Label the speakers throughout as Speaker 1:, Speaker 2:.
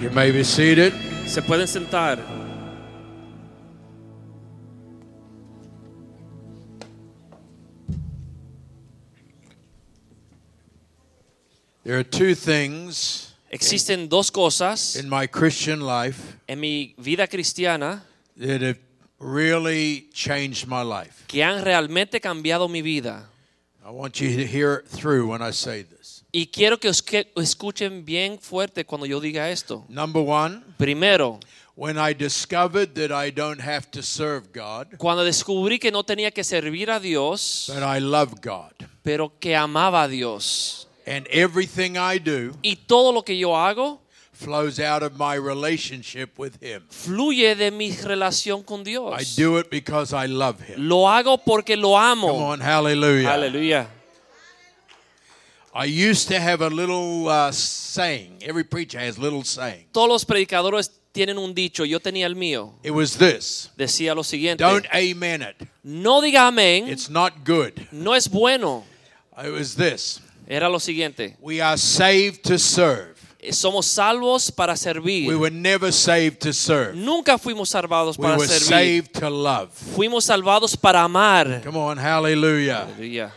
Speaker 1: You may be seated.
Speaker 2: Se pueden sentar.
Speaker 1: There are two things
Speaker 2: Existen dos cosas
Speaker 1: in my Christian life
Speaker 2: en mi vida cristiana
Speaker 1: that have really changed my life.
Speaker 2: que han realmente cambiado mi vida.
Speaker 1: I want you to hear it through when I say this.
Speaker 2: Y quiero que os que- escuchen bien fuerte cuando yo diga esto.
Speaker 1: Number one,
Speaker 2: Primero,
Speaker 1: when I discovered that I don't have to serve God,
Speaker 2: cuando descubrí que no tenía que servir a Dios,
Speaker 1: but I love God.
Speaker 2: pero que amaba a Dios.
Speaker 1: And everything I do
Speaker 2: Y todo lo que yo hago
Speaker 1: flows out of my relationship with Him.
Speaker 2: fluye de mi relación con
Speaker 1: I
Speaker 2: Dios.
Speaker 1: do it because I love Him.
Speaker 2: Lo hago porque lo
Speaker 1: Come
Speaker 2: amo.
Speaker 1: on, hallelujah.
Speaker 2: Aleluya.
Speaker 1: I used to have a little uh, saying. Every preacher has little saying.
Speaker 2: Todos los predicadores tienen un dicho, yo tenía el mío.
Speaker 1: It was this.
Speaker 2: Decía lo siguiente.
Speaker 1: Don't amen it.
Speaker 2: No diga amén,
Speaker 1: It's not good.
Speaker 2: no es bueno.
Speaker 1: It was this.
Speaker 2: Era lo siguiente.
Speaker 1: We are saved to serve.
Speaker 2: eh, Somos salvos para servir.
Speaker 1: We were never saved to serve.
Speaker 2: Nunca fuimos salvados
Speaker 1: We
Speaker 2: para
Speaker 1: were
Speaker 2: servir.
Speaker 1: saved to love.
Speaker 2: Fuimos salvados para amar.
Speaker 1: Come on, hallelujah.
Speaker 2: Aleluya.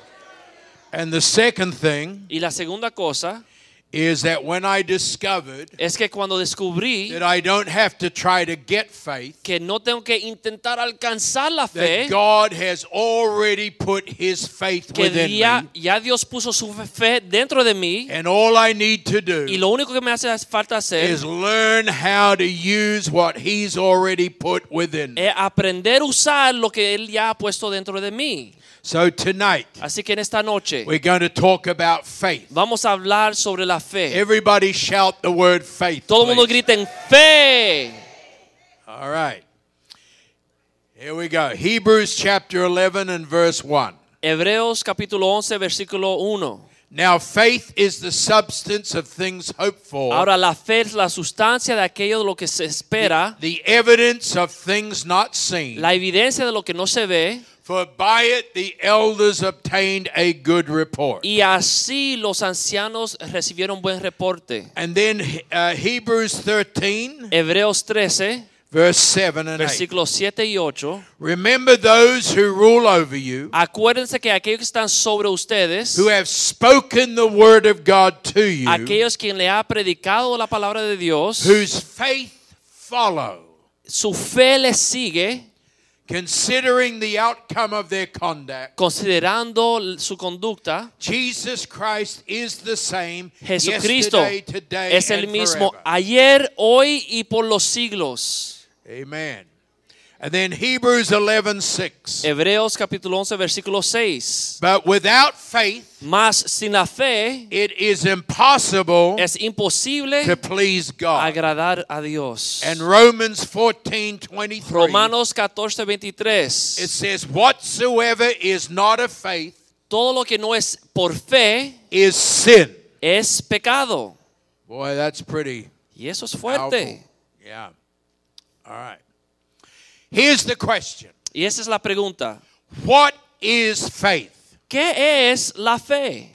Speaker 1: And the second thing
Speaker 2: Y la segunda cosa
Speaker 1: is that when I discovered
Speaker 2: es que cuando descubrí
Speaker 1: that I don't have to try to get faith,
Speaker 2: que no tengo que intentar alcanzar la fe,
Speaker 1: that God has already put his faith
Speaker 2: que
Speaker 1: within
Speaker 2: ya,
Speaker 1: me,
Speaker 2: ya Dios puso su fe dentro de mí
Speaker 1: and all I need to do
Speaker 2: y lo único que me hace falta hacer
Speaker 1: is learn how to use what he's already put within. me.
Speaker 2: es aprender a usar lo que Él ya ha puesto dentro de mí.
Speaker 1: So tonight
Speaker 2: Así que en esta noche
Speaker 1: we're going to talk about faith.
Speaker 2: vamos a hablar sobre la fe.
Speaker 1: Everybody shout the word faith.
Speaker 2: Todo el mundo
Speaker 1: please.
Speaker 2: griten fe.
Speaker 1: All right. Here we go. Hebrews chapter 11 and verse 1.
Speaker 2: Hebreos capítulo 11, versículo 1.
Speaker 1: Now faith is the substance of things hoped for,
Speaker 2: Ahora la fe es la sustancia de aquello de lo que se espera,
Speaker 1: the evidence of things not seen.
Speaker 2: la evidencia de lo que no se ve,
Speaker 1: for by it the elders obtained a good report.
Speaker 2: y así los ancianos recibieron buen reporte.
Speaker 1: and then uh, Hebrews 13
Speaker 2: Hebreos 13,
Speaker 1: verse 7 and 8.
Speaker 2: versículos 7 y 8.
Speaker 1: Remember those who rule over you,
Speaker 2: Acuérdense que aquellos que están sobre ustedes,
Speaker 1: who have spoken the word of God to you,
Speaker 2: aquellos quien le ha predicado la palabra de Dios,
Speaker 1: whose faith follow,
Speaker 2: su fe les sigue
Speaker 1: considering the outcome of their conduct.
Speaker 2: considerando su conducta.
Speaker 1: Jesus Christ is the same
Speaker 2: Jesucristo
Speaker 1: yesterday, today,
Speaker 2: es el
Speaker 1: and
Speaker 2: mismo
Speaker 1: forever.
Speaker 2: ayer, hoy y por los siglos.
Speaker 1: Amen. And then Hebrews 11:6.
Speaker 2: Hebreos capítulo 11, versículo 6.
Speaker 1: But without faith,
Speaker 2: Mas sin la fe
Speaker 1: it is impossible
Speaker 2: es imposible
Speaker 1: to please God.
Speaker 2: agradar a Dios.
Speaker 1: And Romans 14:23.
Speaker 2: Romanos 14,
Speaker 1: It
Speaker 2: 23.
Speaker 1: says, Whatsoever is not of faith
Speaker 2: Todo lo que no es por fe
Speaker 1: is sin.
Speaker 2: es pecado.
Speaker 1: Boy, that's pretty
Speaker 2: Y eso es
Speaker 1: powerful.
Speaker 2: fuerte.
Speaker 1: Yeah. All right. Here's the question
Speaker 2: Y esa es la pregunta.
Speaker 1: What is faith?
Speaker 2: ¿Qué es la fe?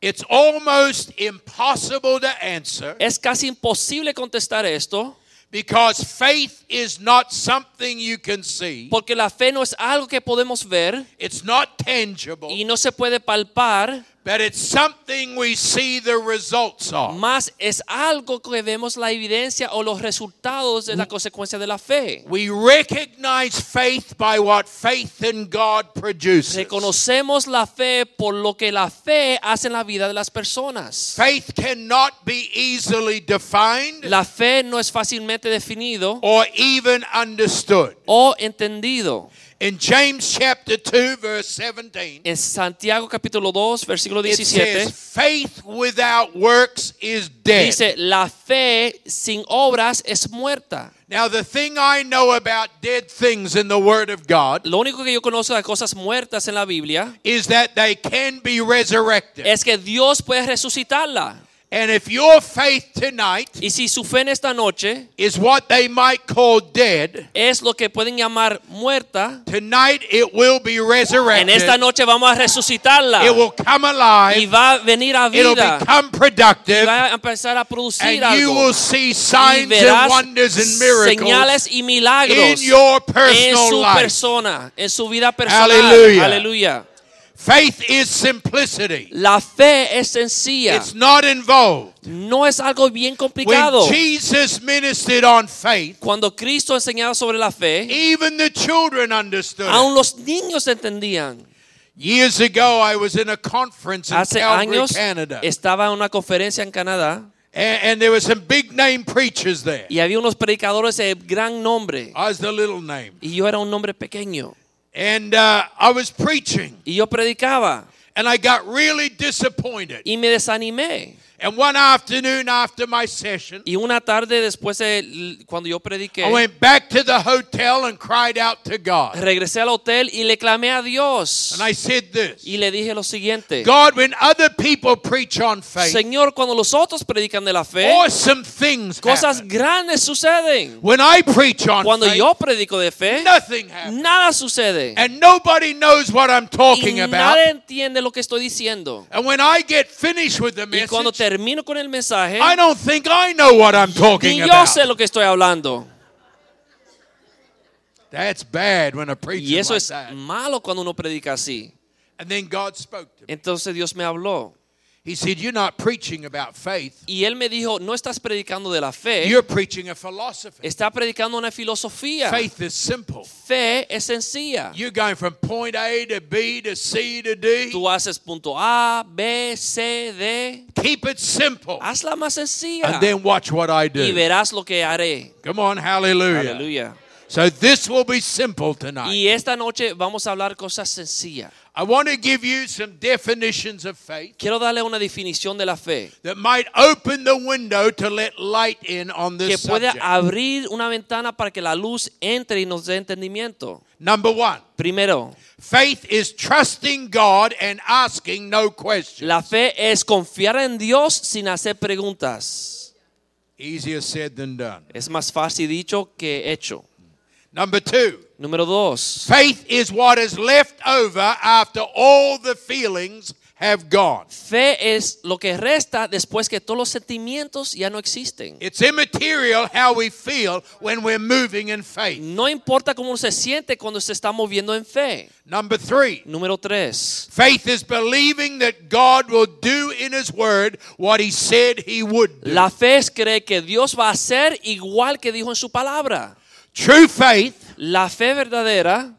Speaker 1: It's almost impossible to answer
Speaker 2: Es casi imposible contestar esto
Speaker 1: because faith is not something you can see,
Speaker 2: porque la fe no es algo que podemos ver
Speaker 1: it's not tangible,
Speaker 2: y no se puede palpar,
Speaker 1: but it's something we see the results of.
Speaker 2: más es algo que vemos la evidencia o los resultados
Speaker 1: Mm.
Speaker 2: de la consecuencia de la fe.
Speaker 1: We recognize faith by what faith in God produces.
Speaker 2: Reconocemos la fe por lo que la fe hace en la vida de las personas.
Speaker 1: Faith cannot be easily defined
Speaker 2: La fe no es fácilmente definido
Speaker 1: or even understood.
Speaker 2: o entendido.
Speaker 1: In James chapter 2, verse 17,
Speaker 2: En Santiago capítulo 2, versículo
Speaker 1: it
Speaker 2: 17,
Speaker 1: says, Faith without works is dead.
Speaker 2: dice, la fe sin obras es muerta.
Speaker 1: Now, the thing I know about dead things in the Word of God
Speaker 2: Lo único que yo conozco de cosas muertas en la Biblia
Speaker 1: is that they can be resurrected.
Speaker 2: es que Dios puede resucitarla.
Speaker 1: And if your faith tonight
Speaker 2: Y si su fe en esta noche
Speaker 1: is what they might call dead,
Speaker 2: es lo que pueden llamar muerta,
Speaker 1: tonight it will be resurrected.
Speaker 2: en esta noche vamos a resucitarla
Speaker 1: It will come
Speaker 2: y
Speaker 1: alive.
Speaker 2: va a venir a
Speaker 1: It'll
Speaker 2: vida
Speaker 1: become productive.
Speaker 2: y va a empezar a producir
Speaker 1: And you will
Speaker 2: algo.
Speaker 1: see
Speaker 2: Y
Speaker 1: signs and
Speaker 2: verás
Speaker 1: wonders and miracles
Speaker 2: señales y milagros
Speaker 1: in your
Speaker 2: en
Speaker 1: personal
Speaker 2: su
Speaker 1: life.
Speaker 2: persona, en su vida personal.
Speaker 1: Aleluya.
Speaker 2: Aleluya.
Speaker 1: Faith is simplicity.
Speaker 2: La fe es sencilla,
Speaker 1: It's not involved.
Speaker 2: no es algo bien complicado.
Speaker 1: When Jesus ministered on faith,
Speaker 2: Cuando Cristo enseñaba sobre la fe,
Speaker 1: even the children understood. it.
Speaker 2: aún los niños entendían.
Speaker 1: Years ago, I was in a conference in
Speaker 2: Hace
Speaker 1: Calgary,
Speaker 2: años
Speaker 1: Canada, and,
Speaker 2: estaba en una conferencia en Canadá
Speaker 1: and there were some big name preachers there.
Speaker 2: y había unos predicadores de gran nombre
Speaker 1: I was the little name,
Speaker 2: y yo era un nombre pequeño
Speaker 1: and uh, I was preaching,
Speaker 2: y yo predicaba
Speaker 1: and I got really disappointed.
Speaker 2: y me desanimé.
Speaker 1: And one afternoon after my session,
Speaker 2: Y una tarde después de cuando yo prediqué,
Speaker 1: I went back to the hotel and cried out to God.
Speaker 2: regresé al hotel y le clamé a Dios
Speaker 1: And I said this
Speaker 2: y le dije lo siguiente.
Speaker 1: God, when other people preach on faith,
Speaker 2: Señor, cuando los otros predican de la fe,
Speaker 1: awesome things
Speaker 2: cosas
Speaker 1: happen.
Speaker 2: grandes suceden.
Speaker 1: When I preach on
Speaker 2: Cuando
Speaker 1: faith,
Speaker 2: yo predico de fe,
Speaker 1: nothing happens.
Speaker 2: nada E sucede.
Speaker 1: And nobody knows what I'm
Speaker 2: Y
Speaker 1: talking about.
Speaker 2: nadie entiende lo que estoy diciendo.
Speaker 1: And when I get finished with the
Speaker 2: Y cuando
Speaker 1: message,
Speaker 2: termino con el mensaje,
Speaker 1: I don't think I know what I'm
Speaker 2: ni
Speaker 1: talking
Speaker 2: yo
Speaker 1: about.
Speaker 2: sé lo que estoy hablando.
Speaker 1: That's bad when a
Speaker 2: Y
Speaker 1: preacher
Speaker 2: eso
Speaker 1: like
Speaker 2: es
Speaker 1: that.
Speaker 2: malo cuando uno predica así.
Speaker 1: And then God spoke to me.
Speaker 2: Entonces Dios me habló
Speaker 1: He said, "You're not preaching about faith.
Speaker 2: y él me dijo, no estás predicando de la fe,
Speaker 1: You're preaching a philosophy.
Speaker 2: está predicando una filosofía.
Speaker 1: Faith is simple.
Speaker 2: Fe es sencilla.
Speaker 1: You're going from point A to B to C to D.
Speaker 2: Tú haces punto A, B, C, D.
Speaker 1: Keep it simple,
Speaker 2: Hazla más sencilla
Speaker 1: and then watch what I
Speaker 2: y
Speaker 1: do.
Speaker 2: verás lo que haré.
Speaker 1: Come on, hallelujah.
Speaker 2: Aleluya.
Speaker 1: So this will be simple tonight.
Speaker 2: Y esta noche vamos a hablar cosas sencillas.
Speaker 1: I want to give you some definitions of faith."
Speaker 2: Quiero darle una definición de la fe
Speaker 1: that might open the window to let light in on
Speaker 2: que
Speaker 1: this
Speaker 2: puede
Speaker 1: subject.
Speaker 2: abrir una ventana para que la luz entre y nos dé entendimiento.
Speaker 1: Number one,
Speaker 2: Primero,
Speaker 1: faith is trusting God and asking no questions.
Speaker 2: la fe es confiar en Dios sin hacer preguntas.
Speaker 1: Easier said than done.
Speaker 2: Es más fácil dicho que hecho.
Speaker 1: Number two,
Speaker 2: Número dos,
Speaker 1: faith is what is left over after all the feelings have gone.
Speaker 2: fe es lo que resta después que todos los sentimientos ya no existen.
Speaker 1: It's immaterial how we feel when we're moving in faith.
Speaker 2: No importa cómo uno se siente cuando se está moviendo en fe.
Speaker 1: Number three,
Speaker 2: Número tres,
Speaker 1: faith is believing that God will do in His Word what He said He would do.
Speaker 2: la fe es creer que Dios va a hacer igual que dijo en su palabra.
Speaker 1: True faith
Speaker 2: La fe verdadera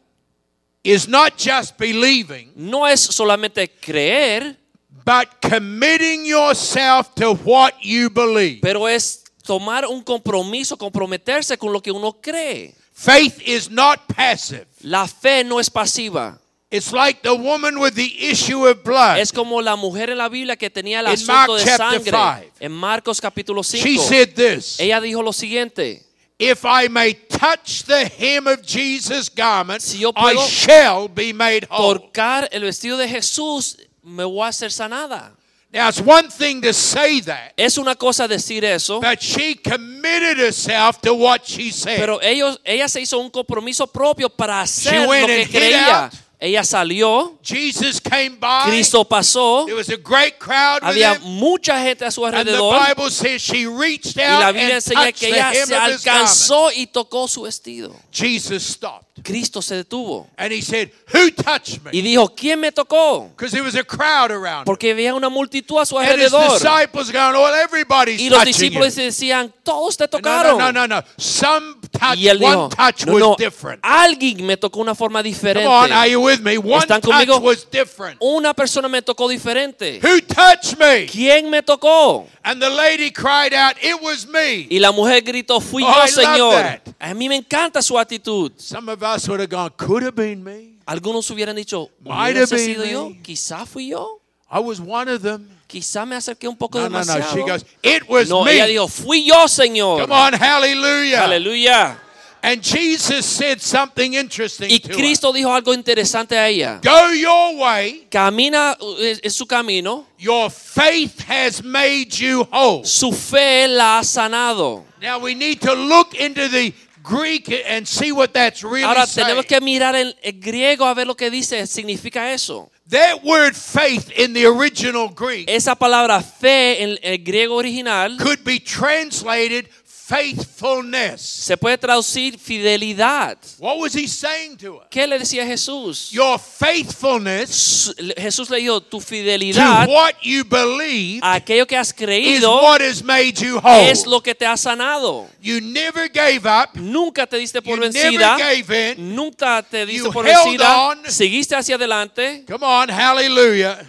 Speaker 1: is not just believing,
Speaker 2: no es solamente creer,
Speaker 1: but committing yourself to what you believe.
Speaker 2: pero es tomar un compromiso, comprometerse con lo que uno cree.
Speaker 1: Faith is not passive.
Speaker 2: La fe no es pasiva.
Speaker 1: It's like the woman with the issue of blood.
Speaker 2: Es como la mujer en la Biblia que tenía el
Speaker 1: In
Speaker 2: asunto
Speaker 1: Mark
Speaker 2: de
Speaker 1: chapter
Speaker 2: sangre.
Speaker 1: five.
Speaker 2: En Marcos capítulo
Speaker 1: She
Speaker 2: 5.
Speaker 1: said this
Speaker 2: Ella dijo lo siguiente.
Speaker 1: If I may touch the hem of Jesus' garment,
Speaker 2: Si yo
Speaker 1: I
Speaker 2: puedo
Speaker 1: shall be made whole.
Speaker 2: Torcar el vestido de Jesús, me voy a ser sanada.
Speaker 1: Now, it's one thing to say that,
Speaker 2: Es una cosa decir eso,
Speaker 1: but she committed herself to what she said.
Speaker 2: pero ellos, ella se hizo un compromiso propio para hacer
Speaker 1: went
Speaker 2: lo que
Speaker 1: and hid
Speaker 2: creía.
Speaker 1: out.
Speaker 2: Ella salió,
Speaker 1: Jesus came by.
Speaker 2: Cristo pasó,
Speaker 1: There was a great crowd with
Speaker 2: había
Speaker 1: him.
Speaker 2: mucha gente a su
Speaker 1: And the
Speaker 2: alrededor
Speaker 1: Bible says she reached
Speaker 2: y la
Speaker 1: out
Speaker 2: Biblia
Speaker 1: and
Speaker 2: enseña
Speaker 1: touched
Speaker 2: que
Speaker 1: the
Speaker 2: ella se
Speaker 1: hem of his garment.
Speaker 2: alcanzó y tocó su vestido.
Speaker 1: Jesus stopped
Speaker 2: Cristo se detuvo
Speaker 1: and he said, "Who touched
Speaker 2: y
Speaker 1: me?"
Speaker 2: dijo, ¿quién me tocó?
Speaker 1: Because there was a crowd around. him.
Speaker 2: Porque había una multitud a su
Speaker 1: And his
Speaker 2: alrededor
Speaker 1: disciples going, "Well, everybody's
Speaker 2: y los
Speaker 1: touching you."
Speaker 2: discípulos decían, todos te
Speaker 1: No, no,
Speaker 2: tocaron.
Speaker 1: no, no, no. Some touch,
Speaker 2: Y él dijo,
Speaker 1: one touch
Speaker 2: no,
Speaker 1: was
Speaker 2: no,
Speaker 1: different.
Speaker 2: alguien me tocó una forma diferente.
Speaker 1: Come on, are you with me? One
Speaker 2: ¿Están
Speaker 1: touch
Speaker 2: conmigo?
Speaker 1: was different.
Speaker 2: Una persona me tocó diferente.
Speaker 1: Who touched me?
Speaker 2: ¿Quién me tocó?
Speaker 1: And the lady cried out, It was me.
Speaker 2: Y la mujer gritó, fui
Speaker 1: Oh, I
Speaker 2: yo,
Speaker 1: love
Speaker 2: Señor.
Speaker 1: that.
Speaker 2: A mí me encanta su actitud.
Speaker 1: Some of us would have gone, Could have been me.
Speaker 2: Algunos hubieran dicho,
Speaker 1: Might have
Speaker 2: ¿hubiese
Speaker 1: been
Speaker 2: sido yo?
Speaker 1: me."
Speaker 2: Quizá fui yo.
Speaker 1: I was one of them.
Speaker 2: Quizá me acerqué un poco
Speaker 1: No, no,
Speaker 2: demasiado.
Speaker 1: no. She goes, It was
Speaker 2: no,
Speaker 1: me.
Speaker 2: ella dijo, fui yo, Señor.
Speaker 1: Come on, hallelujah.
Speaker 2: Aleluya.
Speaker 1: And Jesus said something interesting
Speaker 2: Y
Speaker 1: to
Speaker 2: Cristo dijo algo interesante a ella.
Speaker 1: us. Go your way.
Speaker 2: Camina eh, en su camino.
Speaker 1: Your faith has made you whole.
Speaker 2: Su fe la ha sanado.
Speaker 1: Now we need to look into the Greek and see what that's really
Speaker 2: Ahora
Speaker 1: saying.
Speaker 2: tenemos que mirar el, el griego a ver lo que dice. Significa eso.
Speaker 1: That word faith in the original Greek
Speaker 2: Esa palabra fe en el griego original
Speaker 1: could be translated faithfulness.
Speaker 2: se puede traducir fidelidad.
Speaker 1: What was he saying to us?
Speaker 2: ¿Qué le decía Jesús?
Speaker 1: Your faithfulness
Speaker 2: Su- le- Jesús le dijo, tu
Speaker 1: to
Speaker 2: fidelidad
Speaker 1: what you believe
Speaker 2: a aquello que has
Speaker 1: is
Speaker 2: creído
Speaker 1: what has made you
Speaker 2: es
Speaker 1: whole.
Speaker 2: lo que te ha sanado.
Speaker 1: You never gave up.
Speaker 2: Nunca te diste por
Speaker 1: You
Speaker 2: vencida.
Speaker 1: never gave in.
Speaker 2: Mm. Nunca te diste
Speaker 1: You
Speaker 2: por
Speaker 1: held
Speaker 2: vencida.
Speaker 1: on.
Speaker 2: Seguiste hacia adelante.
Speaker 1: Come on, hallelujah.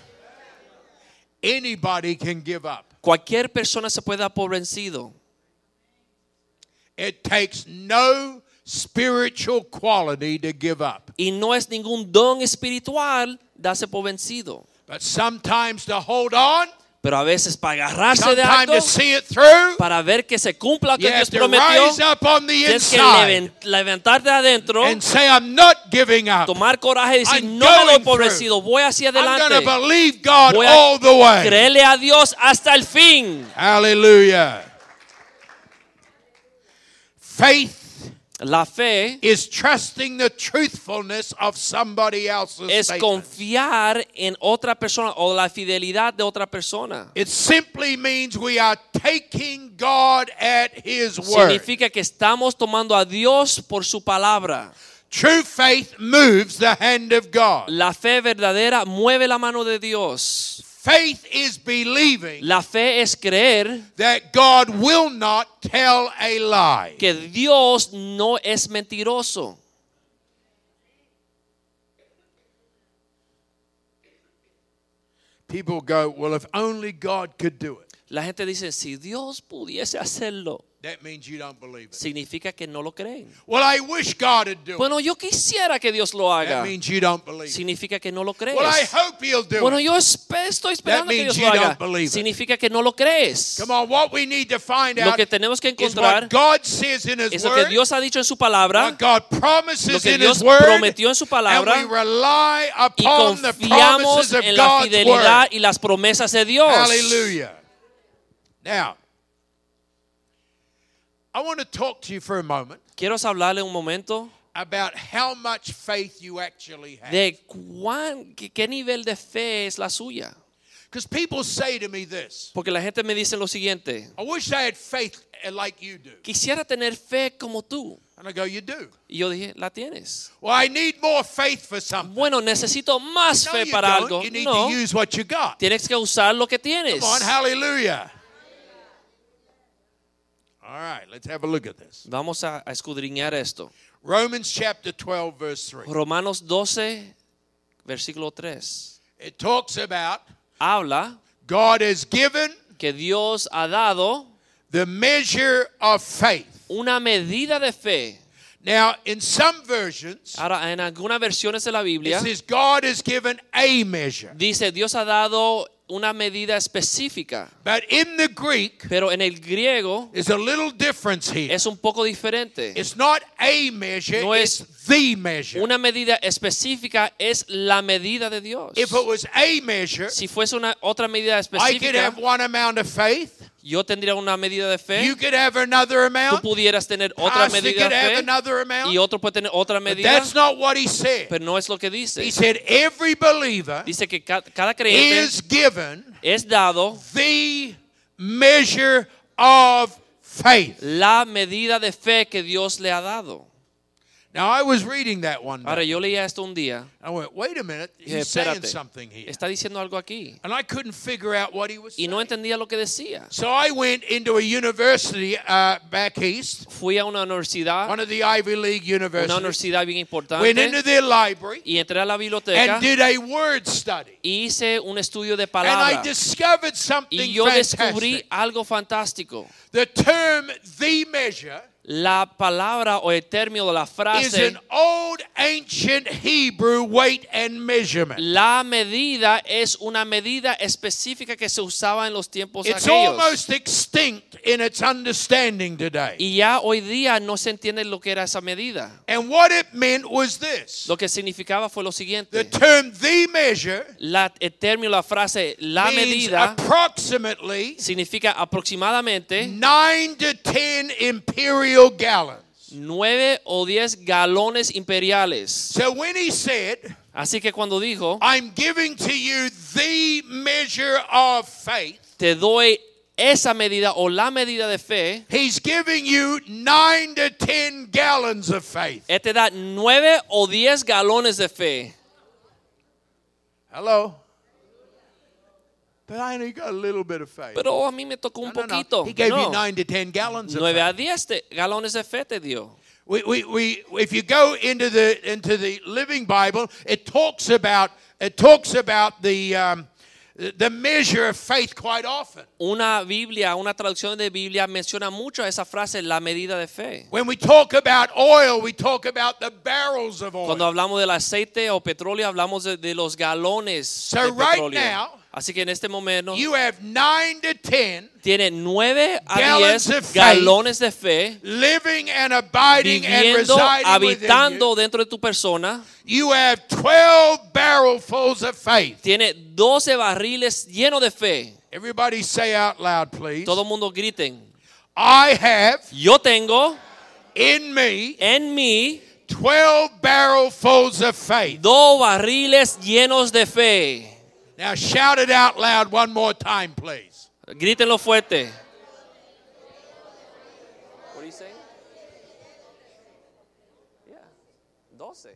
Speaker 1: Anybody can give up.
Speaker 2: Cualquier persona se puede dar por vencido.
Speaker 1: It takes no spiritual quality to give up.
Speaker 2: Y no es ningún don espiritual darse por vencido.
Speaker 1: But sometimes to hold on,
Speaker 2: Pero a veces para agarrarse de
Speaker 1: sometimes
Speaker 2: algo,
Speaker 1: to see it through,
Speaker 2: para ver que se cumpla lo
Speaker 1: you
Speaker 2: que
Speaker 1: have
Speaker 2: Dios
Speaker 1: to rise
Speaker 2: prometió,
Speaker 1: up on the
Speaker 2: tienes que
Speaker 1: inside
Speaker 2: leven- levantarte adentro,
Speaker 1: and say, I'm not giving up.
Speaker 2: tomar coraje y decir,
Speaker 1: I'm
Speaker 2: no me
Speaker 1: going
Speaker 2: doy por vencido, voy hacia
Speaker 1: I'm going to
Speaker 2: adelante,
Speaker 1: believe God
Speaker 2: voy
Speaker 1: all the
Speaker 2: a
Speaker 1: way.
Speaker 2: creerle a Dios hasta el fin.
Speaker 1: Hallelujah. Faith
Speaker 2: La fe
Speaker 1: is trusting the truthfulness of somebody else's
Speaker 2: es
Speaker 1: statement.
Speaker 2: confiar en otra persona o la fidelidad de otra persona.
Speaker 1: It simply means we are taking God at His word.
Speaker 2: Significa que estamos tomando a Dios por su palabra.
Speaker 1: True faith moves the hand of God.
Speaker 2: La fe verdadera mueve la mano de Dios.
Speaker 1: Faith is believing
Speaker 2: La fe es creer
Speaker 1: that God will not tell a lie.
Speaker 2: que Dios no es mentiroso.
Speaker 1: People go, Well, if only God could do it.
Speaker 2: La gente dice, si Dios pudiese hacerlo,
Speaker 1: That means you don't believe it.
Speaker 2: significa que no lo creen.
Speaker 1: Well, I wish God would do it.
Speaker 2: Bueno, yo quisiera que Dios lo haga.
Speaker 1: That means you don't believe it.
Speaker 2: Significa que no lo crees.
Speaker 1: Well, I hope He'll do
Speaker 2: Bueno,
Speaker 1: it.
Speaker 2: yo espe- estoy esperando que
Speaker 1: means
Speaker 2: Dios lo
Speaker 1: you
Speaker 2: haga.
Speaker 1: don't believe it.
Speaker 2: Significa que no lo crees.
Speaker 1: Come on, what we need to find
Speaker 2: Lo
Speaker 1: out
Speaker 2: que tenemos que
Speaker 1: is what
Speaker 2: encontrar
Speaker 1: God says in His
Speaker 2: es lo que
Speaker 1: word.
Speaker 2: Dios ha dicho en su palabra
Speaker 1: What God
Speaker 2: Lo
Speaker 1: promises
Speaker 2: que
Speaker 1: in
Speaker 2: Dios
Speaker 1: His word,
Speaker 2: prometió en su palabra,
Speaker 1: and we rely
Speaker 2: y
Speaker 1: upon the
Speaker 2: confiamos
Speaker 1: promises of
Speaker 2: en la
Speaker 1: God's
Speaker 2: fidelidad
Speaker 1: word.
Speaker 2: y las promesas de Dios.
Speaker 1: Hallelujah. Now, I want to talk to you for a moment
Speaker 2: Quiero hablarle un momento
Speaker 1: about how much faith you actually have.
Speaker 2: de cuán, qué, qué nivel de fe es la suya.
Speaker 1: Because people say to me this
Speaker 2: Porque la gente me dice lo siguiente,
Speaker 1: I wish I had faith like you do.
Speaker 2: quisiera tener fe como tú.
Speaker 1: And I go, You do.
Speaker 2: Y yo dije, la tienes.
Speaker 1: Well, I need more faith for something.
Speaker 2: Bueno, necesito más
Speaker 1: No,
Speaker 2: fe
Speaker 1: you
Speaker 2: para
Speaker 1: don't.
Speaker 2: algo.
Speaker 1: You need
Speaker 2: No,
Speaker 1: to use what you got.
Speaker 2: tienes que usar lo que tienes.
Speaker 1: Come on, hallelujah. All right, let's have a look at this.
Speaker 2: Vamos a, a escudriñar esto.
Speaker 1: Romans chapter 12, verse 3.
Speaker 2: Romanos 12, versículo 3.
Speaker 1: It talks about
Speaker 2: Habla
Speaker 1: God has given
Speaker 2: que Dios ha dado
Speaker 1: the measure of faith.
Speaker 2: una medida de fe.
Speaker 1: Now, in some versions,
Speaker 2: Ahora, en algunas versiones de la
Speaker 1: it
Speaker 2: Biblia
Speaker 1: says God has given a measure.
Speaker 2: dice Dios ha dado una medida específica,
Speaker 1: But in the Greek,
Speaker 2: pero en el griego
Speaker 1: there's a little difference here.
Speaker 2: es un poco diferente.
Speaker 1: It's not a measure,
Speaker 2: No
Speaker 1: it's
Speaker 2: es-
Speaker 1: the measure.
Speaker 2: Una medida específica es la medida de Dios.
Speaker 1: If it was a measure,
Speaker 2: Si fuese una otra medida
Speaker 1: I could
Speaker 2: específica,
Speaker 1: have one amount of faith,
Speaker 2: yo tendría una medida de
Speaker 1: you
Speaker 2: fe.
Speaker 1: could have another
Speaker 2: ¿eh? Tú
Speaker 1: amount,
Speaker 2: pudieras tener otra
Speaker 1: Pastor
Speaker 2: medida
Speaker 1: could have
Speaker 2: de fe
Speaker 1: another amount.
Speaker 2: y otro puede tener otra
Speaker 1: But
Speaker 2: medida,
Speaker 1: that's not what he said.
Speaker 2: pero no es lo que dice.
Speaker 1: He said every believer
Speaker 2: Dice que ca- cada creyente
Speaker 1: is given
Speaker 2: es dado
Speaker 1: the measure of faith.
Speaker 2: la medida de fe que Dios le ha dado.
Speaker 1: Now I was reading that one
Speaker 2: Ahora
Speaker 1: day.
Speaker 2: yo leía esto un día.
Speaker 1: I went, wait a minute,
Speaker 2: Y dije,
Speaker 1: he's saying
Speaker 2: espérate,
Speaker 1: something here.
Speaker 2: está diciendo algo aquí.
Speaker 1: And I couldn't figure out what he was
Speaker 2: Y
Speaker 1: saying.
Speaker 2: no entendía lo que decía.
Speaker 1: So I went into a university uh, back east,
Speaker 2: Fui a una
Speaker 1: one
Speaker 2: universidad,
Speaker 1: of the Ivy League
Speaker 2: Ah. una
Speaker 1: universities,
Speaker 2: universidad bien
Speaker 1: went into
Speaker 2: importante,
Speaker 1: their library
Speaker 2: y entré a la biblioteca
Speaker 1: and did a word study.
Speaker 2: y hice un estudio de
Speaker 1: And I
Speaker 2: palabras.
Speaker 1: discovered something
Speaker 2: Y yo descubrí
Speaker 1: fantastic.
Speaker 2: algo fantástico.
Speaker 1: The term the measure
Speaker 2: La palabra o el término de la
Speaker 1: is an
Speaker 2: frase,
Speaker 1: old ancient Hebrew weight and measurement.
Speaker 2: la medida es una medida específica que se usaba en los tiempos
Speaker 1: It's
Speaker 2: aquellos.
Speaker 1: almost extinct in its understanding today.
Speaker 2: Y ya hoy día no se entiende lo que era esa medida.
Speaker 1: And what it meant was this
Speaker 2: Lo que significaba fue lo
Speaker 1: the
Speaker 2: siguiente.
Speaker 1: term the measure
Speaker 2: La, el término, la frase, la
Speaker 1: means
Speaker 2: medida
Speaker 1: approximately
Speaker 2: significa aproximadamente
Speaker 1: nine to ten imperial gallons.
Speaker 2: 9 o 10 galones imperiales.
Speaker 1: So when he said,
Speaker 2: Así que cuando dijo,
Speaker 1: I'm giving to you the measure of faith,
Speaker 2: te doy esa medida o la medida de fe,
Speaker 1: he's giving you nine to ten gallons of faith.
Speaker 2: Él te da 9 o 10 galones de fe.
Speaker 1: Hello? But I only got a little bit of faith.
Speaker 2: Pero a mí me tocó un
Speaker 1: No, no, no.
Speaker 2: poquito.
Speaker 1: He gave you
Speaker 2: No.
Speaker 1: nine to ten gallons of
Speaker 2: 9 a
Speaker 1: faith.
Speaker 2: 10 te- galones de fe te dio.
Speaker 1: We, we, we, if you go into the into the Living Bible, it talks about it talks about the um, the measure of faith quite often.
Speaker 2: Una Biblia, una traducción de Biblia menciona mucho esa frase, la medida de fe.
Speaker 1: When we talk about oil, we talk about the barrels of oil.
Speaker 2: Cuando hablamos del aceite o petróleo, hablamos de, de los galones de
Speaker 1: right
Speaker 2: petróleo.
Speaker 1: now,
Speaker 2: Así que en este momento
Speaker 1: you have nine to ten
Speaker 2: tiene 9 a
Speaker 1: Gallons of
Speaker 2: 10
Speaker 1: faith.
Speaker 2: galones de fe
Speaker 1: living and abiding and
Speaker 2: viviendo,
Speaker 1: residing within
Speaker 2: habitando
Speaker 1: you.
Speaker 2: dentro de tu persona.
Speaker 1: You have twelve barrelfuls of faith.
Speaker 2: Tiene 12 barriles llenos de fe.
Speaker 1: Everybody say out loud, please.
Speaker 2: Todo el mundo griten.
Speaker 1: I have
Speaker 2: Yo tengo
Speaker 1: in me
Speaker 2: en mí
Speaker 1: twelve barrelfuls of faith.
Speaker 2: dos barriles llenos de fe.
Speaker 1: Now shout it out loud one more time, please.
Speaker 2: Grítenlo fuerte. Doce.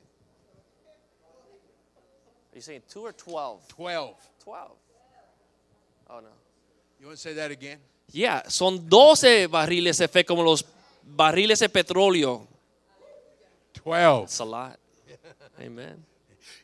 Speaker 2: You saying two or twelve?
Speaker 1: Twelve.
Speaker 2: Twelve. Oh no.
Speaker 1: You want to say that again?
Speaker 2: Yeah, son 12 barriles de fe como los barriles de petróleo.
Speaker 1: Twelve.
Speaker 2: It's a lot. Amen.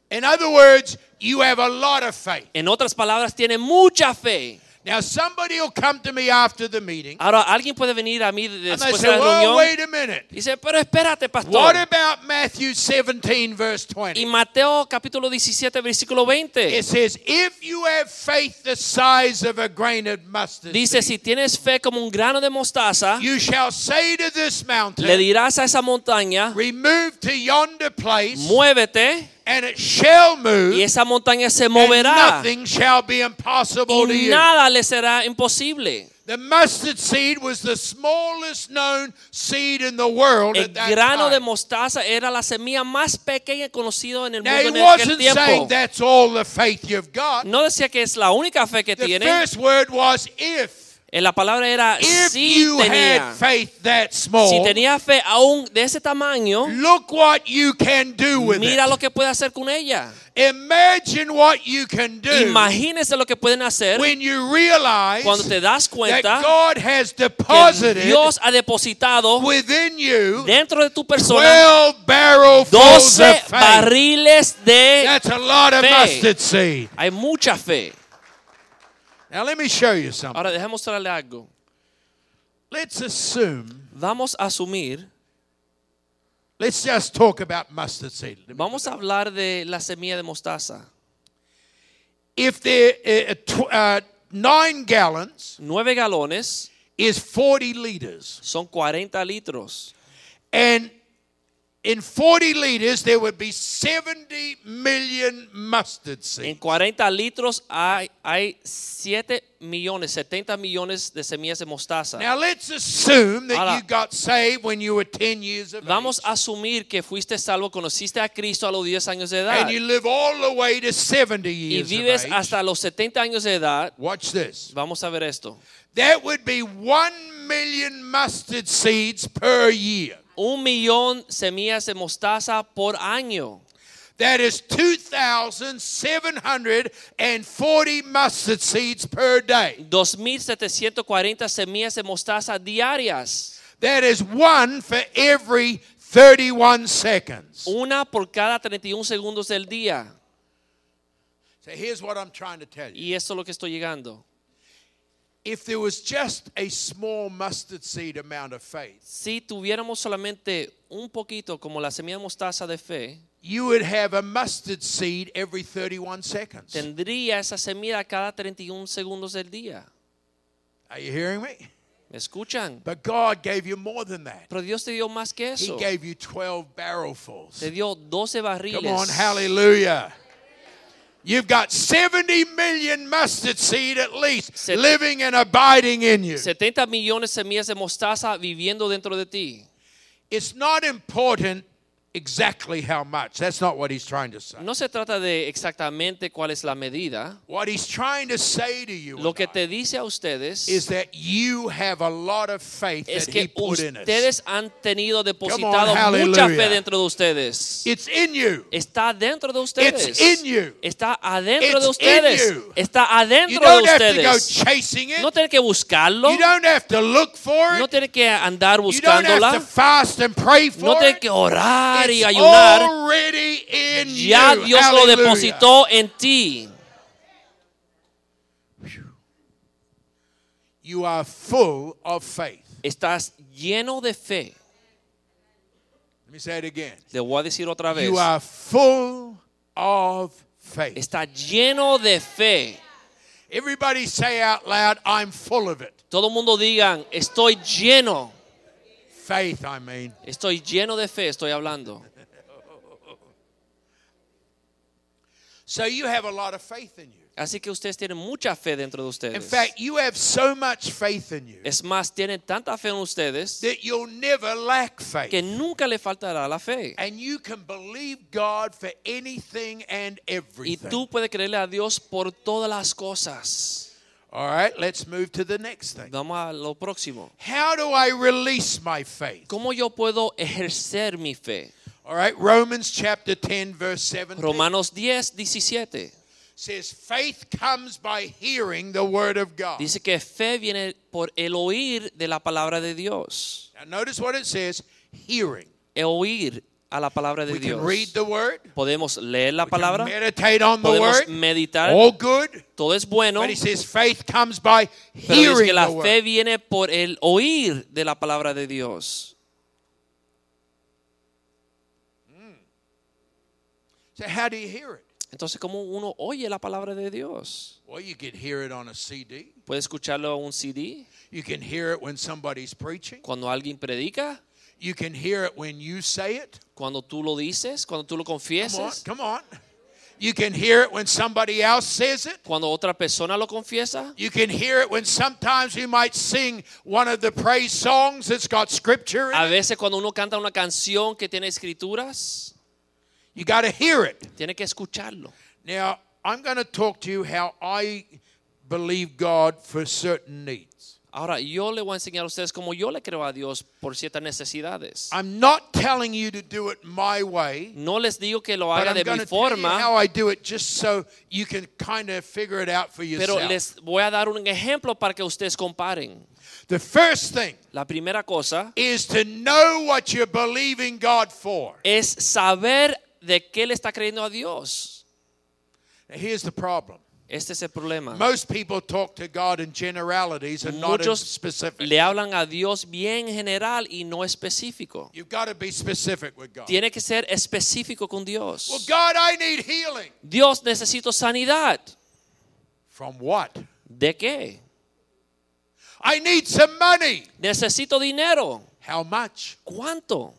Speaker 1: In other words, you have a lot of faith.
Speaker 2: En otras palabras, tiene mucha fe.
Speaker 1: Now somebody will come to me after the meeting
Speaker 2: Ahora, alguien puede venir a mí
Speaker 1: and they
Speaker 2: Ah, después de
Speaker 1: say,
Speaker 2: la
Speaker 1: "Well,
Speaker 2: reunión
Speaker 1: wait a minute.
Speaker 2: y dice, pero espérate,
Speaker 1: What
Speaker 2: pastor.
Speaker 1: about Matthew 17, verse
Speaker 2: Y
Speaker 1: 20?
Speaker 2: Mateo capítulo 17, versículo 20.
Speaker 1: It says, "If you have faith the size of a grain of mustard
Speaker 2: Dice,
Speaker 1: seed,
Speaker 2: si tienes fe como un grano de mostaza,
Speaker 1: you shall say to this
Speaker 2: le
Speaker 1: mountain,
Speaker 2: dirás a esa montaña,
Speaker 1: remove to yonder place,
Speaker 2: muévete,
Speaker 1: and it shall move."
Speaker 2: y esa montaña se
Speaker 1: And
Speaker 2: moverá.
Speaker 1: nothing shall be impossible to
Speaker 2: Y
Speaker 1: you.
Speaker 2: nada le será imposible.
Speaker 1: The mustard seed was the smallest known seed in the world
Speaker 2: El
Speaker 1: at that
Speaker 2: grano de
Speaker 1: time.
Speaker 2: mostaza era la semilla más pequeña conocida en el
Speaker 1: Now he
Speaker 2: mundo en aquel
Speaker 1: wasn't saying
Speaker 2: tiempo.
Speaker 1: that's all the faith you've got.
Speaker 2: No decía que es la única fe que
Speaker 1: The
Speaker 2: tiene.
Speaker 1: first word was if.
Speaker 2: En la palabra era
Speaker 1: If
Speaker 2: si
Speaker 1: you had
Speaker 2: tenía.
Speaker 1: faith that
Speaker 2: Si
Speaker 1: small,
Speaker 2: tenía fe aún de ese tamaño,
Speaker 1: look what you can do with
Speaker 2: mira lo
Speaker 1: it.
Speaker 2: que puede hacer con ella.
Speaker 1: Imagine what you can do
Speaker 2: Imagínense lo que pueden hacer
Speaker 1: when you realize
Speaker 2: cuando te das
Speaker 1: that
Speaker 2: cuenta
Speaker 1: God has
Speaker 2: que
Speaker 1: deposited
Speaker 2: Dios ha depositado
Speaker 1: within you
Speaker 2: dentro de tu persona
Speaker 1: 12 barrelfuls of
Speaker 2: 12
Speaker 1: faith.
Speaker 2: barriles de
Speaker 1: That's a lot of
Speaker 2: Fe.
Speaker 1: mustard seed.
Speaker 2: hay mucha fe.
Speaker 1: Now let me show you something.
Speaker 2: Ahora déjame mostrarle algo.
Speaker 1: Let's assume,
Speaker 2: Vamos a asumir,
Speaker 1: let's just talk about mustard seed.
Speaker 2: vamos a hablar de la semilla de mostaza.
Speaker 1: If there uh, tw- uh, 9 gallons
Speaker 2: 9 galones
Speaker 1: is 40 liters
Speaker 2: son 40 litros.
Speaker 1: and in 40 liters there would be 70 million mustard
Speaker 2: En
Speaker 1: seeds.
Speaker 2: 40 litros hay, hay 7 millones, 70 millones de semillas de mostaza.
Speaker 1: Now let's assume that
Speaker 2: Ahora-
Speaker 1: you got saved when you were 10 years of
Speaker 2: Vamos
Speaker 1: age
Speaker 2: a asumir que fuiste salvo, conociste a Cristo a los 10 años de edad
Speaker 1: and you live all the way to 70
Speaker 2: y
Speaker 1: years
Speaker 2: vives
Speaker 1: of age.
Speaker 2: hasta los 70 años de edad.
Speaker 1: Watch this.
Speaker 2: Vamos a ver esto.
Speaker 1: That would be one million mustard seeds per year.
Speaker 2: Un millón semillas de mostaza por año.
Speaker 1: That is 2,740 mustard seeds per day.
Speaker 2: 2.740 semillas de mostaza diarias.
Speaker 1: That is one for every 31 seconds.
Speaker 2: Una por cada 31 segundos del día.
Speaker 1: So here's what I'm trying to tell you.
Speaker 2: Y esto es lo que estoy llegando.
Speaker 1: If there was just a small mustard seed amount of faith,
Speaker 2: Si tuviéramos solamente un poquito como la semilla de mostaza de fe,
Speaker 1: you would have a mustard seed every 31 seconds.
Speaker 2: tendría esa semilla cada 31 segundos del día.
Speaker 1: Are you hearing me?
Speaker 2: ¿Me escuchan?
Speaker 1: But God gave you more than that.
Speaker 2: Pero Dios te dio más que
Speaker 1: He
Speaker 2: eso.
Speaker 1: gave you 12 barrelfuls.
Speaker 2: Te dio 12 barriles.
Speaker 1: Come on, hallelujah. You've got 70 million mustard seed at least
Speaker 2: Set-
Speaker 1: living and abiding in you.
Speaker 2: 70 millones de semillas de mostaza viviendo dentro de ti.
Speaker 1: It's not important exactly how much. That's not what he's trying to say.
Speaker 2: No se trata de exactamente cuál es la medida.
Speaker 1: What he's trying to say to you
Speaker 2: Lo que
Speaker 1: tonight
Speaker 2: te dice a ustedes
Speaker 1: is that you have a lot of faith
Speaker 2: es
Speaker 1: that he
Speaker 2: que
Speaker 1: put in us.
Speaker 2: ustedes han tenido depositado mucha
Speaker 1: hallelujah.
Speaker 2: fe dentro de ustedes.
Speaker 1: It's in you.
Speaker 2: Está dentro de ustedes.
Speaker 1: in you.
Speaker 2: Está adentro
Speaker 1: It's
Speaker 2: de ustedes.
Speaker 1: in you.
Speaker 2: Está
Speaker 1: You
Speaker 2: adentro de
Speaker 1: don't have to go
Speaker 2: ustedes.
Speaker 1: chasing it.
Speaker 2: No tiene que buscarlo.
Speaker 1: You don't have to look for
Speaker 2: No
Speaker 1: it.
Speaker 2: tiene que andar
Speaker 1: You don't have to
Speaker 2: buscándola.
Speaker 1: fast and pray
Speaker 2: No
Speaker 1: for
Speaker 2: tiene
Speaker 1: it.
Speaker 2: que orar y
Speaker 1: It's
Speaker 2: ayunar.
Speaker 1: already in
Speaker 2: Ya
Speaker 1: you.
Speaker 2: Dios lo
Speaker 1: Hallelujah.
Speaker 2: depositó en ti.
Speaker 1: You are full of faith.
Speaker 2: Estás lleno de fe.
Speaker 1: Let me say it again.
Speaker 2: Le voy a decir otra vez.
Speaker 1: You are full of faith.
Speaker 2: Está lleno de fe.
Speaker 1: Everybody say out loud, I'm full of it.
Speaker 2: Todo el mundo digan, estoy lleno.
Speaker 1: Faith, I mean.
Speaker 2: Estoy lleno de fe, estoy hablando.
Speaker 1: So you have a lot of faith in you.
Speaker 2: Así que ustedes tienen mucha fe dentro de
Speaker 1: In
Speaker 2: ustedes.
Speaker 1: fact, you have so much faith in you
Speaker 2: Es más, tienen tanta fe en ustedes
Speaker 1: that you'll never lack
Speaker 2: que
Speaker 1: faith.
Speaker 2: nunca le faltará la fe.
Speaker 1: And you can believe God for anything and
Speaker 2: Y tú
Speaker 1: everything.
Speaker 2: puedes creerle a Dios por todas las cosas.
Speaker 1: All right, let's move to the next thing.
Speaker 2: Vamos a lo próximo.
Speaker 1: How do I release my faith?
Speaker 2: ¿Cómo yo puedo ejercer mi fe?
Speaker 1: All right, Romans chapter 10, verse 7
Speaker 2: Romanos 10, 17.
Speaker 1: says, Faith comes by hearing the word of God.
Speaker 2: Dice que fe viene por el oír de la palabra de Dios.
Speaker 1: Now, notice what it says hearing.
Speaker 2: El oír a la palabra de
Speaker 1: We
Speaker 2: Dios.
Speaker 1: can read the word,
Speaker 2: Podemos leer la
Speaker 1: we can
Speaker 2: palabra,
Speaker 1: meditate on the
Speaker 2: podemos
Speaker 1: word,
Speaker 2: meditar,
Speaker 1: all good.
Speaker 2: todo es bueno,
Speaker 1: But he says, faith comes by
Speaker 2: pero dice
Speaker 1: hearing
Speaker 2: que la
Speaker 1: the
Speaker 2: fe
Speaker 1: word.
Speaker 2: viene por el oír de la palabra de Dios.
Speaker 1: So, how do you hear it?
Speaker 2: Entonces, ¿cómo uno oye la palabra de Dios?
Speaker 1: Well, you can hear it on a CD,
Speaker 2: Puede escucharlo a un CD,
Speaker 1: you can hear it when somebody's preaching,
Speaker 2: cuando alguien predica,
Speaker 1: you can hear it when you say it.
Speaker 2: cuando tú lo dices, cuando tú lo
Speaker 1: Come on,
Speaker 2: confieses,
Speaker 1: come on. You can hear it when somebody else says it.
Speaker 2: cuando otra persona lo confiesa.
Speaker 1: You can hear it when sometimes we might sing one of the praise songs that's got scripture in
Speaker 2: A
Speaker 1: it.
Speaker 2: veces cuando uno canta una canción que tiene escrituras,
Speaker 1: You got to hear it.
Speaker 2: tiene que escucharlo.
Speaker 1: Now, I'm going to talk to you how I believe God for certain needs.
Speaker 2: Ahora, yo le voy a enseñar a ustedes cómo yo le creo a Dios por ciertas necesidades.
Speaker 1: I'm not telling you to do it my way,
Speaker 2: No les digo que lo
Speaker 1: but
Speaker 2: haga
Speaker 1: I'm
Speaker 2: de
Speaker 1: going
Speaker 2: mi
Speaker 1: to tell you
Speaker 2: forma,
Speaker 1: how I do it just so you can kind of figure it out for
Speaker 2: pero
Speaker 1: yourself.
Speaker 2: les voy a dar un ejemplo para que ustedes comparen.
Speaker 1: the first thing
Speaker 2: La primera cosa
Speaker 1: is to know what you're believing God for.
Speaker 2: es saber de qué le está creyendo a Dios.
Speaker 1: Now, here's the problem.
Speaker 2: Este es el problema.
Speaker 1: Most people talk to God in generalities and not in
Speaker 2: Muchos
Speaker 1: specifics.
Speaker 2: le hablan a Dios bien general y no específico.
Speaker 1: You've got to be specific with God.
Speaker 2: Tiene que ser específico con Dios.
Speaker 1: Well, God, I need healing.
Speaker 2: Dios necesito sanidad.
Speaker 1: From what?
Speaker 2: ¿De qué?
Speaker 1: I need some money.
Speaker 2: Necesito dinero.
Speaker 1: How much?
Speaker 2: ¿Cuánto?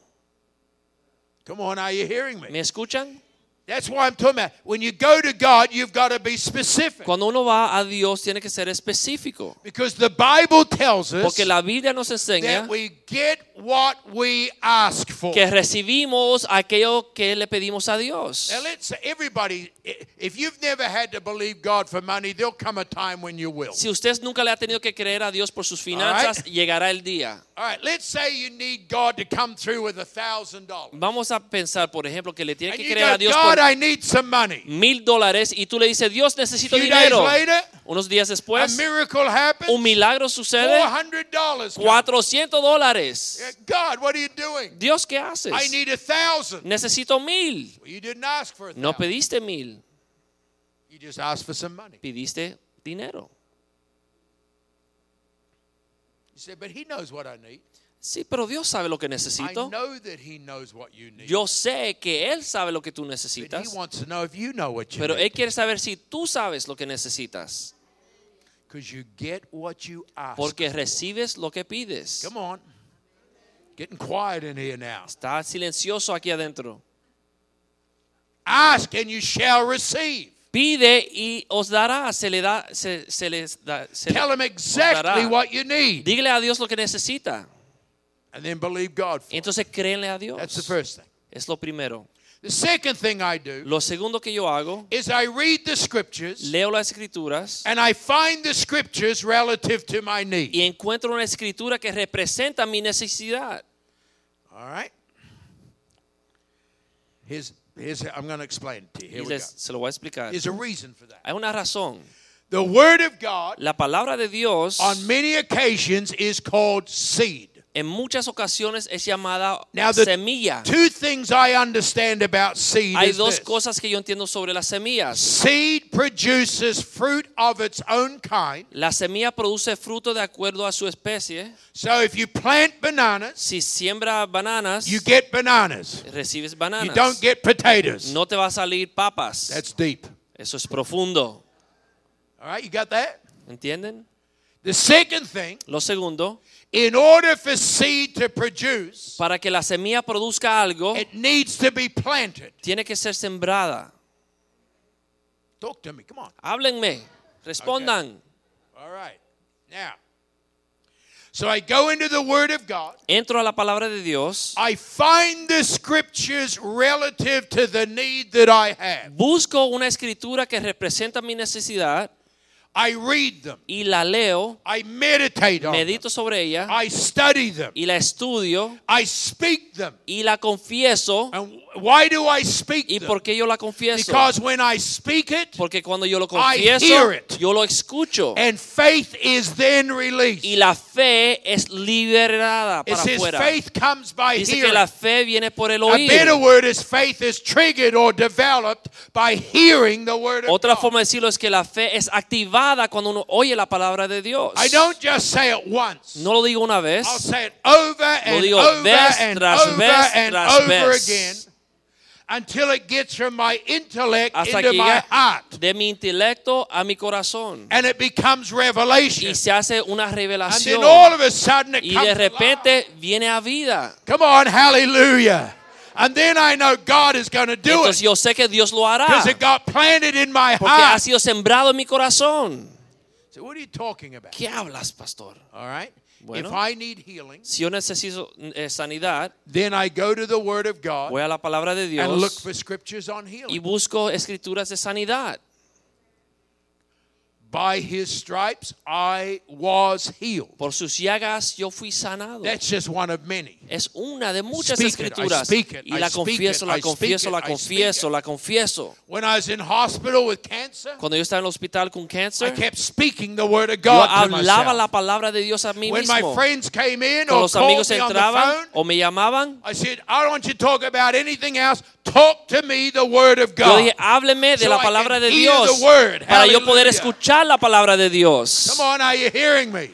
Speaker 1: Come on, are you hearing
Speaker 2: ¿Me
Speaker 1: me?
Speaker 2: escuchan?
Speaker 1: That's why I'm talking about when you go to God, you've got to be specific.
Speaker 2: Cuando uno va a Dios tiene que ser específico.
Speaker 1: Because the Bible tells us
Speaker 2: Porque la Biblia nos enseña
Speaker 1: that we get what we ask for.
Speaker 2: que recibimos aquello que le pedimos a Dios.
Speaker 1: Now let's say everybody, i- if you've never had to believe God for money, there'll come a time when you will.
Speaker 2: Si usted nunca le ha tenido que creer a Dios por sus finanzas,
Speaker 1: Alright.
Speaker 2: llegará el día.
Speaker 1: All right, let's say you need God to come through with a thousand dollars.
Speaker 2: Vamos a pensar, por ejemplo, que le tiene
Speaker 1: And
Speaker 2: que
Speaker 1: you
Speaker 2: creer a
Speaker 1: go,
Speaker 2: Dios
Speaker 1: God,
Speaker 2: por
Speaker 1: I need some money.
Speaker 2: mil dólares y tú le dices, Dios, necesito
Speaker 1: Few days
Speaker 2: dinero.
Speaker 1: later,
Speaker 2: Unos días
Speaker 1: A
Speaker 2: después,
Speaker 1: miracle happens.
Speaker 2: un milagro sucede,
Speaker 1: Four hundred dollars.
Speaker 2: 400 dólares.
Speaker 1: God, what are you doing?
Speaker 2: Dios, ¿qué haces?
Speaker 1: I need a thousand.
Speaker 2: Necesito mil.
Speaker 1: Well, you didn't ask for a
Speaker 2: No
Speaker 1: thousand.
Speaker 2: pediste mil,
Speaker 1: You just asked for some money.
Speaker 2: pidiste dinero.
Speaker 1: You said, but He knows what I need.
Speaker 2: Sí, pero Dios sabe lo que
Speaker 1: I
Speaker 2: necesito.
Speaker 1: know that He knows what you need.
Speaker 2: Yo sé que Él sabe lo que tú
Speaker 1: But He
Speaker 2: necesitas,
Speaker 1: wants to know if you know what you
Speaker 2: pero
Speaker 1: need.
Speaker 2: Él quiere saber si tú sabes lo que necesitas,
Speaker 1: Because you get what you ask.
Speaker 2: porque recibes lo que pides.
Speaker 1: Come on. Getting quiet in here now.
Speaker 2: Está silencioso aquí adentro.
Speaker 1: Ask and you shall receive.
Speaker 2: Pide y os dará, se le da, se, se les da. Se le-
Speaker 1: Tell him
Speaker 2: os
Speaker 1: exactly
Speaker 2: dará.
Speaker 1: what you need.
Speaker 2: Dígale a Dios lo que necesita.
Speaker 1: And then believe God for
Speaker 2: Y
Speaker 1: it.
Speaker 2: entonces créenle a Dios.
Speaker 1: That's the first thing.
Speaker 2: Es lo primero.
Speaker 1: The second thing I do
Speaker 2: Lo segundo que yo hago,
Speaker 1: is I read the scriptures
Speaker 2: leo las escrituras
Speaker 1: and I find the scriptures relative to my
Speaker 2: y
Speaker 1: need.
Speaker 2: encuentro una escritura que representa mi necesidad.
Speaker 1: All right? Here's, here's I'm going to explain it to you. Here
Speaker 2: Y
Speaker 1: we
Speaker 2: les,
Speaker 1: go.
Speaker 2: se lo voy a explicar.
Speaker 1: There's a reason for that.
Speaker 2: Hay una razón.
Speaker 1: The word of God
Speaker 2: La palabra de Dios
Speaker 1: on many occasions is called seed.
Speaker 2: en muchas ocasiones es llamada
Speaker 1: Now the
Speaker 2: semilla.
Speaker 1: two things I understand about seed
Speaker 2: Uh-huh. Hay
Speaker 1: is
Speaker 2: dos
Speaker 1: this.
Speaker 2: cosas que yo entiendo sobre las semillas.
Speaker 1: Seed produces fruit of its own kind.
Speaker 2: La semilla produce fruto de acuerdo a su especie.
Speaker 1: So if you plant bananas,
Speaker 2: Si siembra bananas,
Speaker 1: you get bananas.
Speaker 2: recibes
Speaker 1: You
Speaker 2: bananas.
Speaker 1: don't get potatoes.
Speaker 2: No te va a salir papas.
Speaker 1: That's deep.
Speaker 2: Eso es profundo.
Speaker 1: All right, you got that?
Speaker 2: ¿Entienden?
Speaker 1: The second thing,
Speaker 2: Lo segundo,
Speaker 1: in order for seed to produce,
Speaker 2: para que la semilla produzca algo,
Speaker 1: it needs to be planted.
Speaker 2: tiene que ser sembrada.
Speaker 1: Talk to me, come on.
Speaker 2: Háblenme, respondan.
Speaker 1: All right. Now, so I go into the Word of God.
Speaker 2: Entro a la palabra de Dios,
Speaker 1: I find the scriptures relative to the need that I have.
Speaker 2: busco una escritura que representa mi necesidad
Speaker 1: I read them.
Speaker 2: y la leo,
Speaker 1: I meditate on
Speaker 2: medito
Speaker 1: them.
Speaker 2: sobre ella
Speaker 1: I study them.
Speaker 2: y la estudio
Speaker 1: I speak them.
Speaker 2: y la confieso.
Speaker 1: And why do I speak
Speaker 2: ¿Y
Speaker 1: them?
Speaker 2: por qué yo la confieso?
Speaker 1: Because when I speak it,
Speaker 2: Porque cuando yo lo
Speaker 1: hear
Speaker 2: confieso,
Speaker 1: it.
Speaker 2: yo lo escucho.
Speaker 1: and faith is then
Speaker 2: Y
Speaker 1: released.
Speaker 2: la fe es liberada
Speaker 1: It
Speaker 2: para
Speaker 1: says
Speaker 2: afuera.
Speaker 1: faith comes by
Speaker 2: Dice que
Speaker 1: hearing.
Speaker 2: la fe viene por el
Speaker 1: A
Speaker 2: oír.
Speaker 1: better word is faith is triggered or developed by hearing the word of
Speaker 2: Otra
Speaker 1: God.
Speaker 2: forma de decirlo es que la fe es activada cuando uno oye la palabra de Dios.
Speaker 1: I don't just say it once.
Speaker 2: No lo digo una vez,
Speaker 1: I'll say it over and
Speaker 2: digo
Speaker 1: over
Speaker 2: vez
Speaker 1: and
Speaker 2: tras
Speaker 1: over
Speaker 2: vez
Speaker 1: and
Speaker 2: tras
Speaker 1: over
Speaker 2: vez.
Speaker 1: again until it gets from my intellect
Speaker 2: hasta
Speaker 1: into
Speaker 2: que
Speaker 1: my
Speaker 2: llega
Speaker 1: heart
Speaker 2: de mi intelecto a mi corazón
Speaker 1: and it becomes revelation.
Speaker 2: y se hace una
Speaker 1: And then
Speaker 2: revelación
Speaker 1: all of a sudden it
Speaker 2: y
Speaker 1: comes
Speaker 2: de
Speaker 1: alive.
Speaker 2: repente viene a vida.
Speaker 1: Come on, hallelujah. And then I know God is going to do
Speaker 2: Entonces
Speaker 1: it
Speaker 2: yo sé que Dios lo hará
Speaker 1: because it got planted in my
Speaker 2: porque ha
Speaker 1: heart.
Speaker 2: sido sembrado en mi corazón.
Speaker 1: So what are you talking about?
Speaker 2: ¿Qué hablas, pastor?
Speaker 1: All right?
Speaker 2: Bueno.
Speaker 1: If I need healing,
Speaker 2: Si yo necesito eh, sanidad,
Speaker 1: then I go to the Word of
Speaker 2: voy
Speaker 1: God
Speaker 2: a la palabra de
Speaker 1: and look
Speaker 2: Dios
Speaker 1: for scriptures on
Speaker 2: y
Speaker 1: healing.
Speaker 2: busco escrituras de sanidad.
Speaker 1: By His stripes I was healed.
Speaker 2: Por sus llagas yo fui sanado.
Speaker 1: That's just one of many.
Speaker 2: Es una de muchas
Speaker 1: Speak it, I
Speaker 2: escrituras.
Speaker 1: speak it,
Speaker 2: y
Speaker 1: I
Speaker 2: la
Speaker 1: speak it,
Speaker 2: confieso,
Speaker 1: I
Speaker 2: la
Speaker 1: speak
Speaker 2: confieso,
Speaker 1: it,
Speaker 2: la
Speaker 1: I speak
Speaker 2: confieso,
Speaker 1: it.
Speaker 2: la confieso.
Speaker 1: When I was in hospital with cancer,
Speaker 2: Cuando yo estaba en el hospital con
Speaker 1: I
Speaker 2: cáncer,
Speaker 1: kept speaking the Word of
Speaker 2: yo
Speaker 1: God to
Speaker 2: hablaba la
Speaker 1: myself.
Speaker 2: palabra de Dios a mí
Speaker 1: When my
Speaker 2: mismo.
Speaker 1: friends came in
Speaker 2: Cuando
Speaker 1: or
Speaker 2: los amigos
Speaker 1: called me on the
Speaker 2: entraban
Speaker 1: phone,
Speaker 2: o me llamaban,
Speaker 1: I said, I don't want you to talk about anything else. Talk to me the word of
Speaker 2: yo
Speaker 1: God.
Speaker 2: dije, "Ah, hábleme de
Speaker 1: So
Speaker 2: la
Speaker 1: I
Speaker 2: palabra
Speaker 1: can
Speaker 2: de
Speaker 1: hear
Speaker 2: Dios
Speaker 1: the word.
Speaker 2: para yo poder
Speaker 1: Hallelujah.
Speaker 2: escuchar la palabra de Dios.
Speaker 1: Come on, are you hearing me?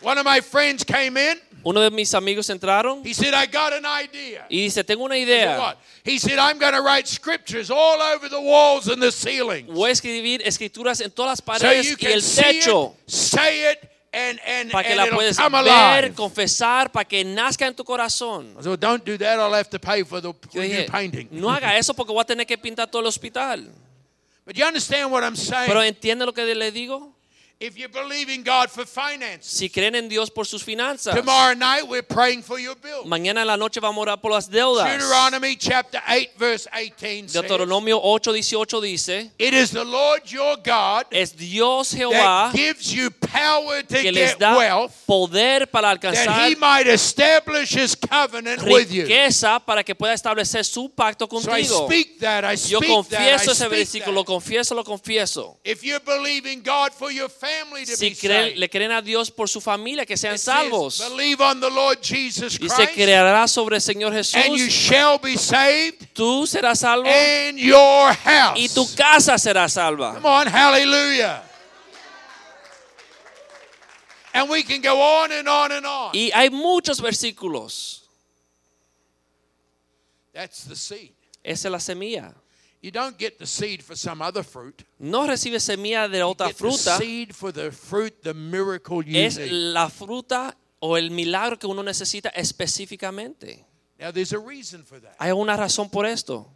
Speaker 1: One of my friends came in.
Speaker 2: Uno de mis amigos entraron
Speaker 1: He said, I got an idea.
Speaker 2: y dice, tengo una
Speaker 1: I said,
Speaker 2: idea.
Speaker 1: "What?" He said, I'm going to write scriptures all over the walls and the ceilings.
Speaker 2: Voy a escribir escrituras en todas las
Speaker 1: So
Speaker 2: paredes
Speaker 1: you
Speaker 2: y
Speaker 1: can
Speaker 2: el
Speaker 1: see
Speaker 2: techo.
Speaker 1: it, say it, and, and,
Speaker 2: para que
Speaker 1: and
Speaker 2: la
Speaker 1: it'll
Speaker 2: puedas
Speaker 1: come
Speaker 2: ver,
Speaker 1: alive.
Speaker 2: confesar, para que nazca en tu corazón.
Speaker 1: I said, well, don't do that. I'll have to pay for the
Speaker 2: Yo
Speaker 1: new
Speaker 2: dije,
Speaker 1: painting.
Speaker 2: no haga eso porque voy a tener que pintar todo el hospital.
Speaker 1: But you understand what I'm saying?
Speaker 2: Pero entiende lo que le digo.
Speaker 1: If you believe in God for finances,
Speaker 2: Si creen en Dios por sus finanzas,
Speaker 1: tomorrow night we're praying for your bill.
Speaker 2: mañana en la noche vamos a orar por las deudas.
Speaker 1: Deuteronomy chapter 8, verse 18 says,
Speaker 2: Deuteronomio 8:18 dice,
Speaker 1: It is the Lord your God
Speaker 2: es Dios Jehová
Speaker 1: that gives you power to
Speaker 2: que les
Speaker 1: get
Speaker 2: da
Speaker 1: wealth,
Speaker 2: poder para
Speaker 1: that
Speaker 2: alcanzar
Speaker 1: he might establish his covenant with you.
Speaker 2: riqueza para que pueda establecer su pacto
Speaker 1: So I
Speaker 2: contigo.
Speaker 1: speak that, I
Speaker 2: Yo
Speaker 1: speak that,
Speaker 2: confieso
Speaker 1: I
Speaker 2: ese
Speaker 1: speak
Speaker 2: versículo, lo
Speaker 1: that.
Speaker 2: confieso, lo confieso.
Speaker 1: If you believe in God for your family to be
Speaker 2: Si creen,
Speaker 1: saved,
Speaker 2: le creen a Dios por su familia, que sean
Speaker 1: it says,
Speaker 2: salvos.
Speaker 1: believe on the Lord Jesus
Speaker 2: Y se
Speaker 1: Christ,
Speaker 2: creará sobre el Señor
Speaker 1: and you
Speaker 2: Jesús.
Speaker 1: shall be saved,
Speaker 2: Tú serás salvo
Speaker 1: and your
Speaker 2: y tu
Speaker 1: house.
Speaker 2: casa será
Speaker 1: Come
Speaker 2: salva.
Speaker 1: on, hallelujah. And we can go on and on and on.
Speaker 2: Y hay muchos versículos.
Speaker 1: That's the seed.
Speaker 2: Esa es la semilla.
Speaker 1: You don't get the seed for some other fruit.
Speaker 2: No recibes semilla de
Speaker 1: You
Speaker 2: otra
Speaker 1: get the
Speaker 2: fruta.
Speaker 1: seed for the fruit, the miracle you
Speaker 2: Es
Speaker 1: need.
Speaker 2: la fruta o el milagro que uno necesita específicamente.
Speaker 1: Now, there's a reason for that.
Speaker 2: Hay una razón por esto.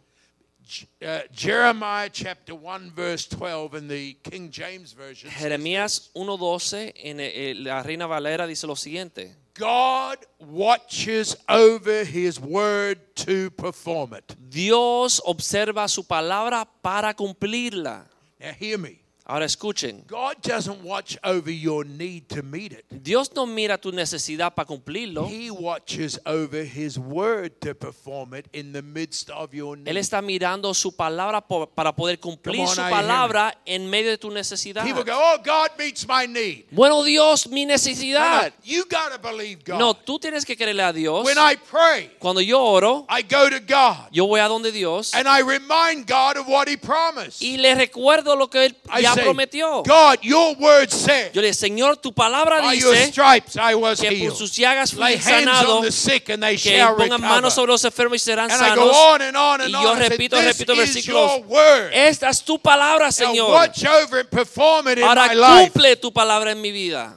Speaker 1: J- uh, Jeremiah chapter 1, verse 12 in the King James Version. says,
Speaker 2: Jeremías 1.12 en eh, la Reina Valera dice lo siguiente.
Speaker 1: God watches over his word to perform it.
Speaker 2: Dios observa su palabra para cumplirla.
Speaker 1: Now, hear me.
Speaker 2: Ahora escuchen.
Speaker 1: God doesn't watch over your need to meet it.
Speaker 2: Dios no mira tu necesidad para cumplirlo.
Speaker 1: He watches over his word to perform it in the midst of your
Speaker 2: Él
Speaker 1: need.
Speaker 2: está mirando su palabra po- para poder cumplir
Speaker 1: Come on,
Speaker 2: su
Speaker 1: I hear
Speaker 2: palabra en medio de tu necesidad.
Speaker 1: People go, Oh, God meets my need.
Speaker 2: Bueno, Dios, mi
Speaker 1: No, no,
Speaker 2: necesidad.
Speaker 1: you got to believe God.
Speaker 2: No, tú tienes que creerle a Dios.
Speaker 1: when I pray,
Speaker 2: Cuando yo oro,
Speaker 1: I go to God
Speaker 2: yo voy a donde Dios
Speaker 1: and I remind God of what He promised.
Speaker 2: y le recuerdo lo que Él
Speaker 1: I
Speaker 2: ya
Speaker 1: say,
Speaker 2: prometió.
Speaker 1: God, your word said,
Speaker 2: Yo le digo, Señor, tu palabra
Speaker 1: by your
Speaker 2: dice
Speaker 1: stripes I was
Speaker 2: que por
Speaker 1: healed.
Speaker 2: sus llagas fui
Speaker 1: Lay hands
Speaker 2: sanado,
Speaker 1: on the sick and they
Speaker 2: que
Speaker 1: shall
Speaker 2: pongan manos
Speaker 1: recover.
Speaker 2: sobre los enfermos y serán
Speaker 1: And I go on
Speaker 2: sanos.
Speaker 1: and on
Speaker 2: Y
Speaker 1: and
Speaker 2: yo
Speaker 1: on. I say,
Speaker 2: repito,
Speaker 1: this
Speaker 2: repito
Speaker 1: is your
Speaker 2: versículos.
Speaker 1: word.
Speaker 2: Esta es tu palabra,
Speaker 1: Now
Speaker 2: Señor.
Speaker 1: watch over and perform it in my
Speaker 2: Ahora
Speaker 1: life.
Speaker 2: cumple tu palabra en mi vida.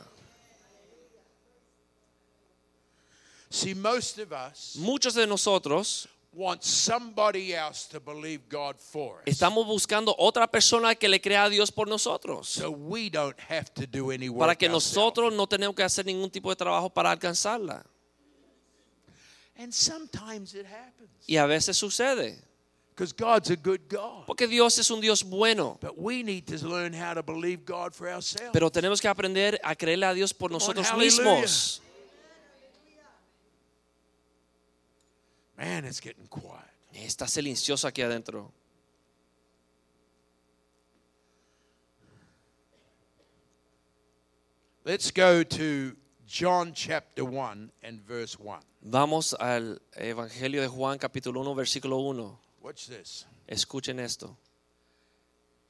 Speaker 1: See, most of us
Speaker 2: Muchos de nosotros
Speaker 1: want somebody else to believe God for us.
Speaker 2: estamos buscando otra persona que le crea a Dios por nosotros.
Speaker 1: So we don't have to do any work
Speaker 2: Para que
Speaker 1: ourselves.
Speaker 2: nosotros no tenemos que hacer ningún tipo de trabajo para alcanzarla.
Speaker 1: And sometimes it happens.
Speaker 2: Y a veces sucede.
Speaker 1: Because God's a good God.
Speaker 2: Porque Dios es un Dios bueno.
Speaker 1: But we need to learn how to believe God for ourselves.
Speaker 2: Pero tenemos que aprender a creerle a Dios por
Speaker 1: Come on,
Speaker 2: nosotros
Speaker 1: hallelujah.
Speaker 2: mismos.
Speaker 1: Man, it's getting quiet.
Speaker 2: Está silencioso aquí adentro.
Speaker 1: Let's go to John chapter 1 and verse 1.
Speaker 2: Vamos al Evangelio de Juan capítulo 1 versículo 1.
Speaker 1: Watch this.
Speaker 2: Escuchen esto.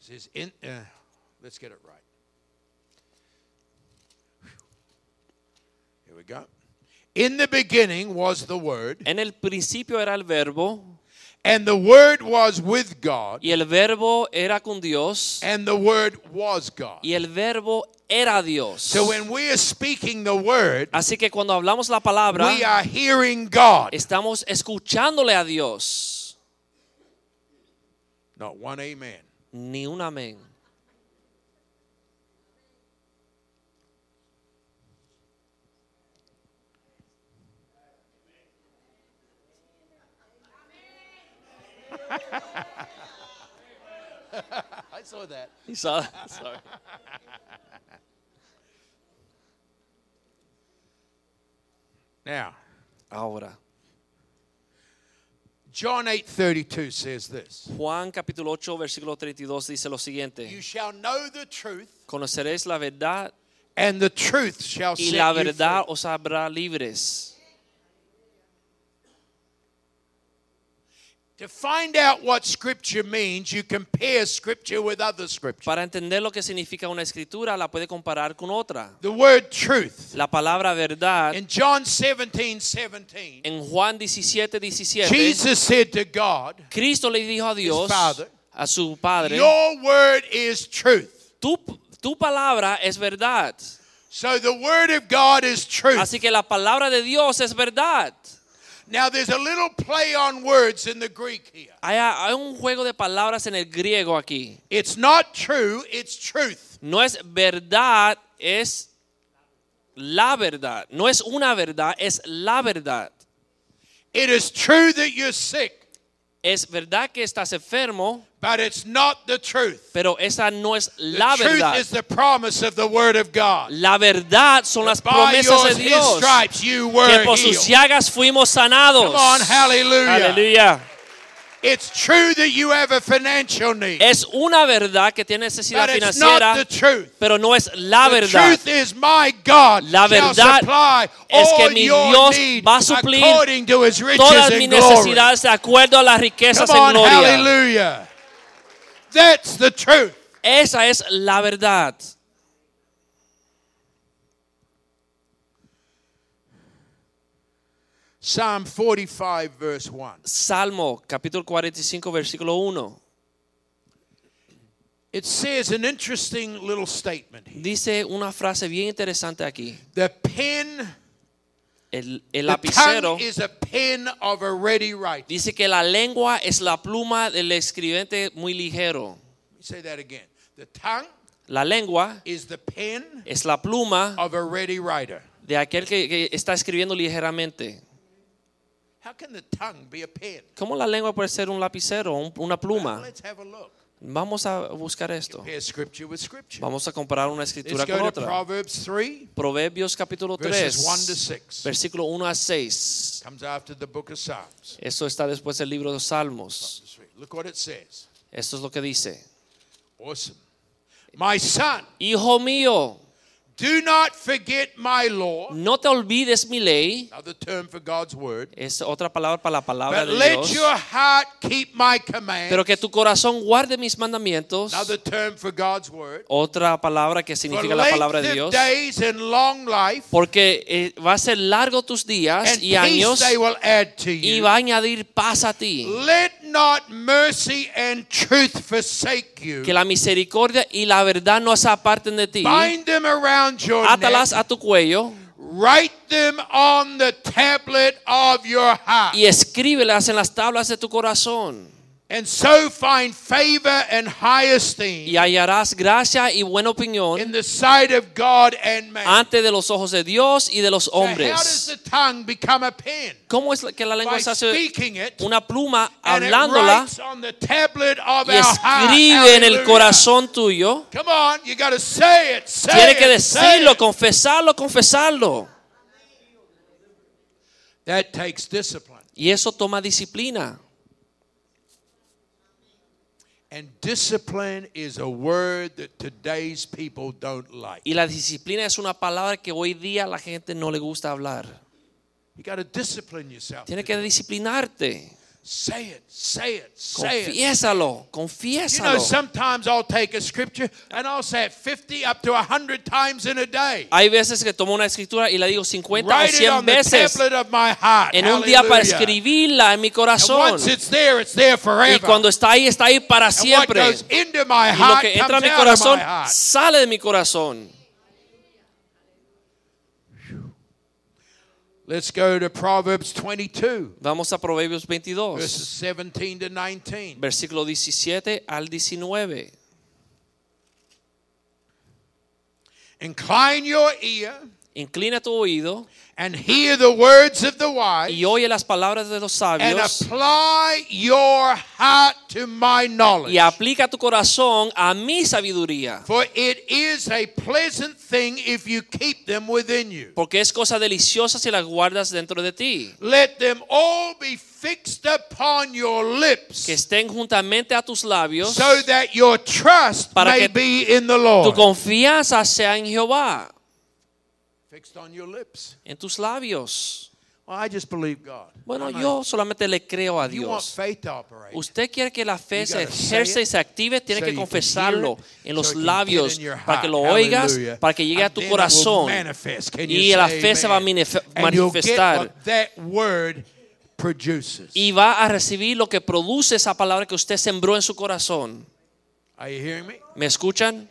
Speaker 1: It says, in, uh, let's get it right. Here we go. In the beginning was the Word,
Speaker 2: En el principio era el verbo
Speaker 1: and the Word was with God,
Speaker 2: y el verbo era con Dios
Speaker 1: and the Word was God.
Speaker 2: y el verbo era Dios.
Speaker 1: So when we are speaking the Word,
Speaker 2: Así que cuando hablamos la palabra,
Speaker 1: we are hearing God.
Speaker 2: estamos escuchándole a Dios.
Speaker 1: Not one amen.
Speaker 2: Ni un amén.
Speaker 1: I saw that.
Speaker 2: Y sa- sorry.
Speaker 1: Now,
Speaker 2: Ahora,
Speaker 1: John 8:32 says this.
Speaker 2: Juan capítulo 8, versículo 32 dice lo
Speaker 1: You
Speaker 2: siguiente.
Speaker 1: shall know the truth,
Speaker 2: Conoceréis la verdad
Speaker 1: and the truth shall
Speaker 2: y
Speaker 1: set
Speaker 2: la
Speaker 1: you
Speaker 2: verdad
Speaker 1: free.
Speaker 2: os habrá libres.
Speaker 1: To find out what scripture means, you compare scripture with other scripture.
Speaker 2: Para entender lo que significa una escritura, la puede comparar con otra.
Speaker 1: The word truth.
Speaker 2: La palabra verdad
Speaker 1: In John 17, 17,
Speaker 2: en Juan 17, 17,
Speaker 1: Jesus said to God,
Speaker 2: Cristo le dijo a Dios,
Speaker 1: father,
Speaker 2: a su padre,
Speaker 1: Your word is truth.
Speaker 2: tu, tu palabra es verdad.
Speaker 1: So the word of God is truth.
Speaker 2: Así que la palabra de Dios es verdad.
Speaker 1: Now there's a little play on words in the Greek here.
Speaker 2: Hay, hay un juego de palabras en el griego aquí.
Speaker 1: It's not true, it's truth.
Speaker 2: No es verdad, es la verdad. No es una verdad, es la verdad.
Speaker 1: It is true that you're sick,
Speaker 2: Es verdad que estás enfermo,
Speaker 1: but it's not the truth.
Speaker 2: pero esa no es
Speaker 1: The
Speaker 2: la
Speaker 1: truth
Speaker 2: verdad.
Speaker 1: is the promise of the Word of God.
Speaker 2: La verdad son las
Speaker 1: By
Speaker 2: promesas de
Speaker 1: yours, His
Speaker 2: Dios.
Speaker 1: stripes you
Speaker 2: Que
Speaker 1: were
Speaker 2: por sus
Speaker 1: healed.
Speaker 2: llagas fuimos sanados.
Speaker 1: Come on, hallelujah.
Speaker 2: Aleluya.
Speaker 1: It's true that you have a financial need,
Speaker 2: Es una verdad que tiene necesidad
Speaker 1: but it's not
Speaker 2: financiera,
Speaker 1: the truth.
Speaker 2: pero no es la
Speaker 1: The
Speaker 2: verdad.
Speaker 1: truth is my God shall
Speaker 2: La verdad
Speaker 1: supply
Speaker 2: es que
Speaker 1: all
Speaker 2: mi
Speaker 1: your
Speaker 2: Dios
Speaker 1: need
Speaker 2: va a suplir
Speaker 1: according to his riches
Speaker 2: Todas mis
Speaker 1: and glory.
Speaker 2: necesidades de acuerdo a las riquezas
Speaker 1: Come
Speaker 2: en
Speaker 1: on,
Speaker 2: gloria.
Speaker 1: hallelujah. That's the truth.
Speaker 2: Esa es la verdad.
Speaker 1: Psalm 45 verse 1.
Speaker 2: Salmo capítulo 45 versículo 1
Speaker 1: It says an interesting little statement. here.
Speaker 2: dice una frase bien interesante aquí.
Speaker 1: The pen,
Speaker 2: El, el
Speaker 1: the
Speaker 2: lapicero
Speaker 1: tongue is a pen of a ready writer. Let
Speaker 2: dice que la lengua es la pluma del escribiente muy ligero.
Speaker 1: me say that again. The tongue
Speaker 2: La lengua
Speaker 1: is the pen
Speaker 2: es la pluma
Speaker 1: of a ready writer.
Speaker 2: de aquel que, que está escribiendo ligeramente.
Speaker 1: How can the tongue be a pen?
Speaker 2: ¿Cómo la lengua puede ser un lapicero, un- una
Speaker 1: Well,
Speaker 2: pluma?
Speaker 1: let's have a look.
Speaker 2: Vamos a buscar esto.
Speaker 1: Compare scripture with scripture.
Speaker 2: Vamos a comparar una
Speaker 1: Let's
Speaker 2: escritura con
Speaker 1: go to
Speaker 2: otra.
Speaker 1: Proverbs 3,
Speaker 2: Proverbios capítulo
Speaker 1: verses 1 to
Speaker 2: 3,
Speaker 1: 6.
Speaker 2: versículo 1 a 6.
Speaker 1: Comes after the book of Psalms.
Speaker 2: Eso está después del libro de los Salmos.
Speaker 1: That's right. Look what it says.
Speaker 2: Esto es lo que dice.
Speaker 1: Awesome. My son,
Speaker 2: Hijo mío,
Speaker 1: do not forget my law.
Speaker 2: no te olvides mi ley.
Speaker 1: Another term for God's word.
Speaker 2: Es otra palabra para la palabra
Speaker 1: But
Speaker 2: de
Speaker 1: let
Speaker 2: Dios.
Speaker 1: your heart keep my command.
Speaker 2: Pero que tu corazón guarde mis mandamientos.
Speaker 1: Another term for God's word.
Speaker 2: Otra palabra que
Speaker 1: For
Speaker 2: significa la palabra
Speaker 1: length
Speaker 2: de
Speaker 1: of
Speaker 2: Dios.
Speaker 1: days and long life
Speaker 2: Porque eh, va a ser largo tus días
Speaker 1: and
Speaker 2: y
Speaker 1: peace
Speaker 2: años
Speaker 1: they will add to
Speaker 2: y
Speaker 1: you.
Speaker 2: va a añadir paz a ti.
Speaker 1: Let not mercy and truth forsake you.
Speaker 2: Que la misericordia y la verdad no se aparten de ti.
Speaker 1: Bind them around your neck.
Speaker 2: Átalas a tu cuello
Speaker 1: Write them on the tablet of your heart.
Speaker 2: y escríbelas en las tablas de tu corazón.
Speaker 1: And so find favor and high
Speaker 2: Y
Speaker 1: esteem
Speaker 2: hallarás gracia y buena opinión
Speaker 1: in the sight of God and man.
Speaker 2: ante de los ojos de Dios y de los
Speaker 1: So how does
Speaker 2: hombres.
Speaker 1: the tongue become a pen?
Speaker 2: ¿Cómo es que la
Speaker 1: By
Speaker 2: lengua se hace
Speaker 1: speaking it,
Speaker 2: una pluma
Speaker 1: and it
Speaker 2: hablándola
Speaker 1: writes on the tablet of
Speaker 2: y
Speaker 1: our heart.
Speaker 2: escribe en el
Speaker 1: Hallelujah.
Speaker 2: corazón tuyo?
Speaker 1: Come on, you got to say it. Say
Speaker 2: Tiene que
Speaker 1: it, say
Speaker 2: decirlo,
Speaker 1: it.
Speaker 2: confesarlo, confesarlo.
Speaker 1: That takes discipline.
Speaker 2: Y eso toma disciplina.
Speaker 1: And discipline is a word that today's people don't like.
Speaker 2: Y la disciplina es una palabra que hoy día la gente no le gusta hablar.
Speaker 1: You got to discipline yourself.
Speaker 2: Tienes que disciplinarte.
Speaker 1: Say it, say it, say it.
Speaker 2: Confiésalo,
Speaker 1: You know,
Speaker 2: confiésalo.
Speaker 1: sometimes I'll take a scripture and I'll say it 50 up to 100 times in a day.
Speaker 2: Hay veces que tomo una escritura y la digo 50 o
Speaker 1: Write it on
Speaker 2: 100
Speaker 1: the
Speaker 2: veces
Speaker 1: tablet of my heart.
Speaker 2: en un día para
Speaker 1: Hallelujah.
Speaker 2: escribirla en mi
Speaker 1: And
Speaker 2: corazón.
Speaker 1: once it's there, it's there forever.
Speaker 2: Y cuando está ahí, está ahí para
Speaker 1: and what
Speaker 2: siempre.
Speaker 1: goes
Speaker 2: Y
Speaker 1: into my
Speaker 2: lo
Speaker 1: heart
Speaker 2: que entra a
Speaker 1: comes
Speaker 2: mi
Speaker 1: out of
Speaker 2: corazón
Speaker 1: my heart.
Speaker 2: sale de mi corazón.
Speaker 1: Let's go to Proverbs 22,
Speaker 2: Vamos a
Speaker 1: verses
Speaker 2: Proverbios 22,
Speaker 1: 17 to 19.
Speaker 2: versículo 17 al 19.
Speaker 1: Incline your ear
Speaker 2: Inclina tu oído
Speaker 1: and hear the words of the wise
Speaker 2: y oye las palabras de los
Speaker 1: and
Speaker 2: sabios
Speaker 1: apply your heart to my knowledge.
Speaker 2: y aplica tu corazón a mi sabiduría.
Speaker 1: For it is a pleasant thing if you keep them within you.
Speaker 2: Porque es cosa deliciosa si las guardas dentro de ti.
Speaker 1: Let them all be fixed upon your lips,
Speaker 2: Que estén juntamente a tus labios.
Speaker 1: so that your trust
Speaker 2: Para
Speaker 1: may
Speaker 2: que
Speaker 1: be in the
Speaker 2: Tu
Speaker 1: Lord.
Speaker 2: confianza sea en Jehová,
Speaker 1: Fixed on your lips.
Speaker 2: en tus labios.
Speaker 1: Well, I just believe God.
Speaker 2: Bueno,
Speaker 1: Come on.
Speaker 2: yo solamente le creo a
Speaker 1: If you want
Speaker 2: Dios.
Speaker 1: faith to operate.
Speaker 2: Usted quiere que la fe
Speaker 1: You
Speaker 2: se
Speaker 1: gotta say
Speaker 2: ejerce y
Speaker 1: it,
Speaker 2: se active, tiene
Speaker 1: so
Speaker 2: que
Speaker 1: you can
Speaker 2: confesarlo
Speaker 1: hear it,
Speaker 2: en los
Speaker 1: so it can
Speaker 2: labios
Speaker 1: get in your
Speaker 2: para que
Speaker 1: heart.
Speaker 2: lo oigas,
Speaker 1: Hallelujah.
Speaker 2: para que llegue a
Speaker 1: And
Speaker 2: tu
Speaker 1: then it will
Speaker 2: corazón
Speaker 1: manifest. Can you
Speaker 2: y la
Speaker 1: say
Speaker 2: fe se va a
Speaker 1: amen?
Speaker 2: manife-
Speaker 1: And you'll get
Speaker 2: manifestar
Speaker 1: what that word produces.
Speaker 2: y va a recibir lo que produce esa palabra que usted sembró en su corazón.
Speaker 1: Are you hearing me?
Speaker 2: ¿Me escuchan?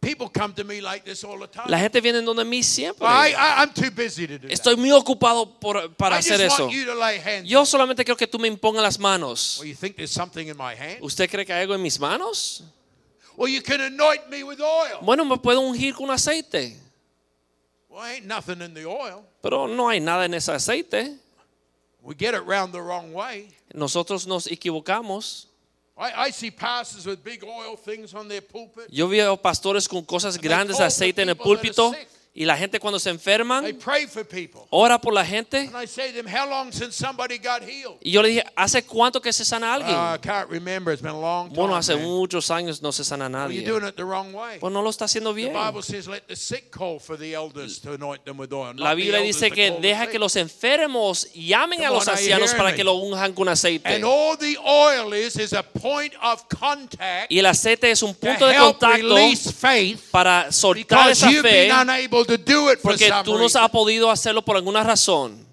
Speaker 1: People come to me like this all the time.
Speaker 2: La gente viene en donde mí siempre.
Speaker 1: Well, I, I, I'm too busy to do that.
Speaker 2: Estoy muy ocupado por- para
Speaker 1: I just
Speaker 2: hacer eso.
Speaker 1: want you to lay hands.
Speaker 2: Yo solamente quiero que tú me impongas las manos.
Speaker 1: Well, you think there's something in my hand?
Speaker 2: ¿Usted cree que hay algo en mis manos?
Speaker 1: Well, you can anoint me with oil.
Speaker 2: Bueno, me puedo ungir con aceite,
Speaker 1: Well, ain't nothing in the oil.
Speaker 2: pero no hay nada en ese aceite.
Speaker 1: We get it round the wrong way.
Speaker 2: Nosotros nos equivocamos.
Speaker 1: I, I see pastors with big oil things on their pulpit.
Speaker 2: Yo veo pastores con cosas
Speaker 1: they
Speaker 2: grandes de
Speaker 1: call the
Speaker 2: aceite en el
Speaker 1: oh, people that are
Speaker 2: púlpito
Speaker 1: sick.
Speaker 2: y la gente cuando se
Speaker 1: They
Speaker 2: enferman
Speaker 1: pray for people.
Speaker 2: ora por la gente.
Speaker 1: And I say to them, How long since somebody got healed?
Speaker 2: Y yo le dije, ¿hace cuánto que se sana alguien?
Speaker 1: Uh, I can't remember. It's been a long time.
Speaker 2: bueno, hace
Speaker 1: man.
Speaker 2: muchos años no se sana
Speaker 1: Well,
Speaker 2: nadie.
Speaker 1: you're doing it the wrong way.
Speaker 2: Pues no lo está haciendo
Speaker 1: The
Speaker 2: bien.
Speaker 1: Bible says, Let the sick call for the elders to anoint them with oil. not
Speaker 2: La
Speaker 1: the
Speaker 2: Biblia
Speaker 1: elders
Speaker 2: dice
Speaker 1: to
Speaker 2: que
Speaker 1: call the
Speaker 2: deja que
Speaker 1: sick."
Speaker 2: los enfermos llamen a
Speaker 1: Come
Speaker 2: los
Speaker 1: on, are you
Speaker 2: ancianos
Speaker 1: hearing
Speaker 2: para
Speaker 1: me?
Speaker 2: que lo unjan con aceite.
Speaker 1: And all the oil is is a point of contact
Speaker 2: Y el aceite es un
Speaker 1: to
Speaker 2: punto de
Speaker 1: help
Speaker 2: contacto
Speaker 1: release faith
Speaker 2: para soltar
Speaker 1: because
Speaker 2: esa
Speaker 1: you've
Speaker 2: fe
Speaker 1: been unable to do it for
Speaker 2: porque
Speaker 1: some
Speaker 2: tú no
Speaker 1: reason.
Speaker 2: has podido hacerlo por alguna razón.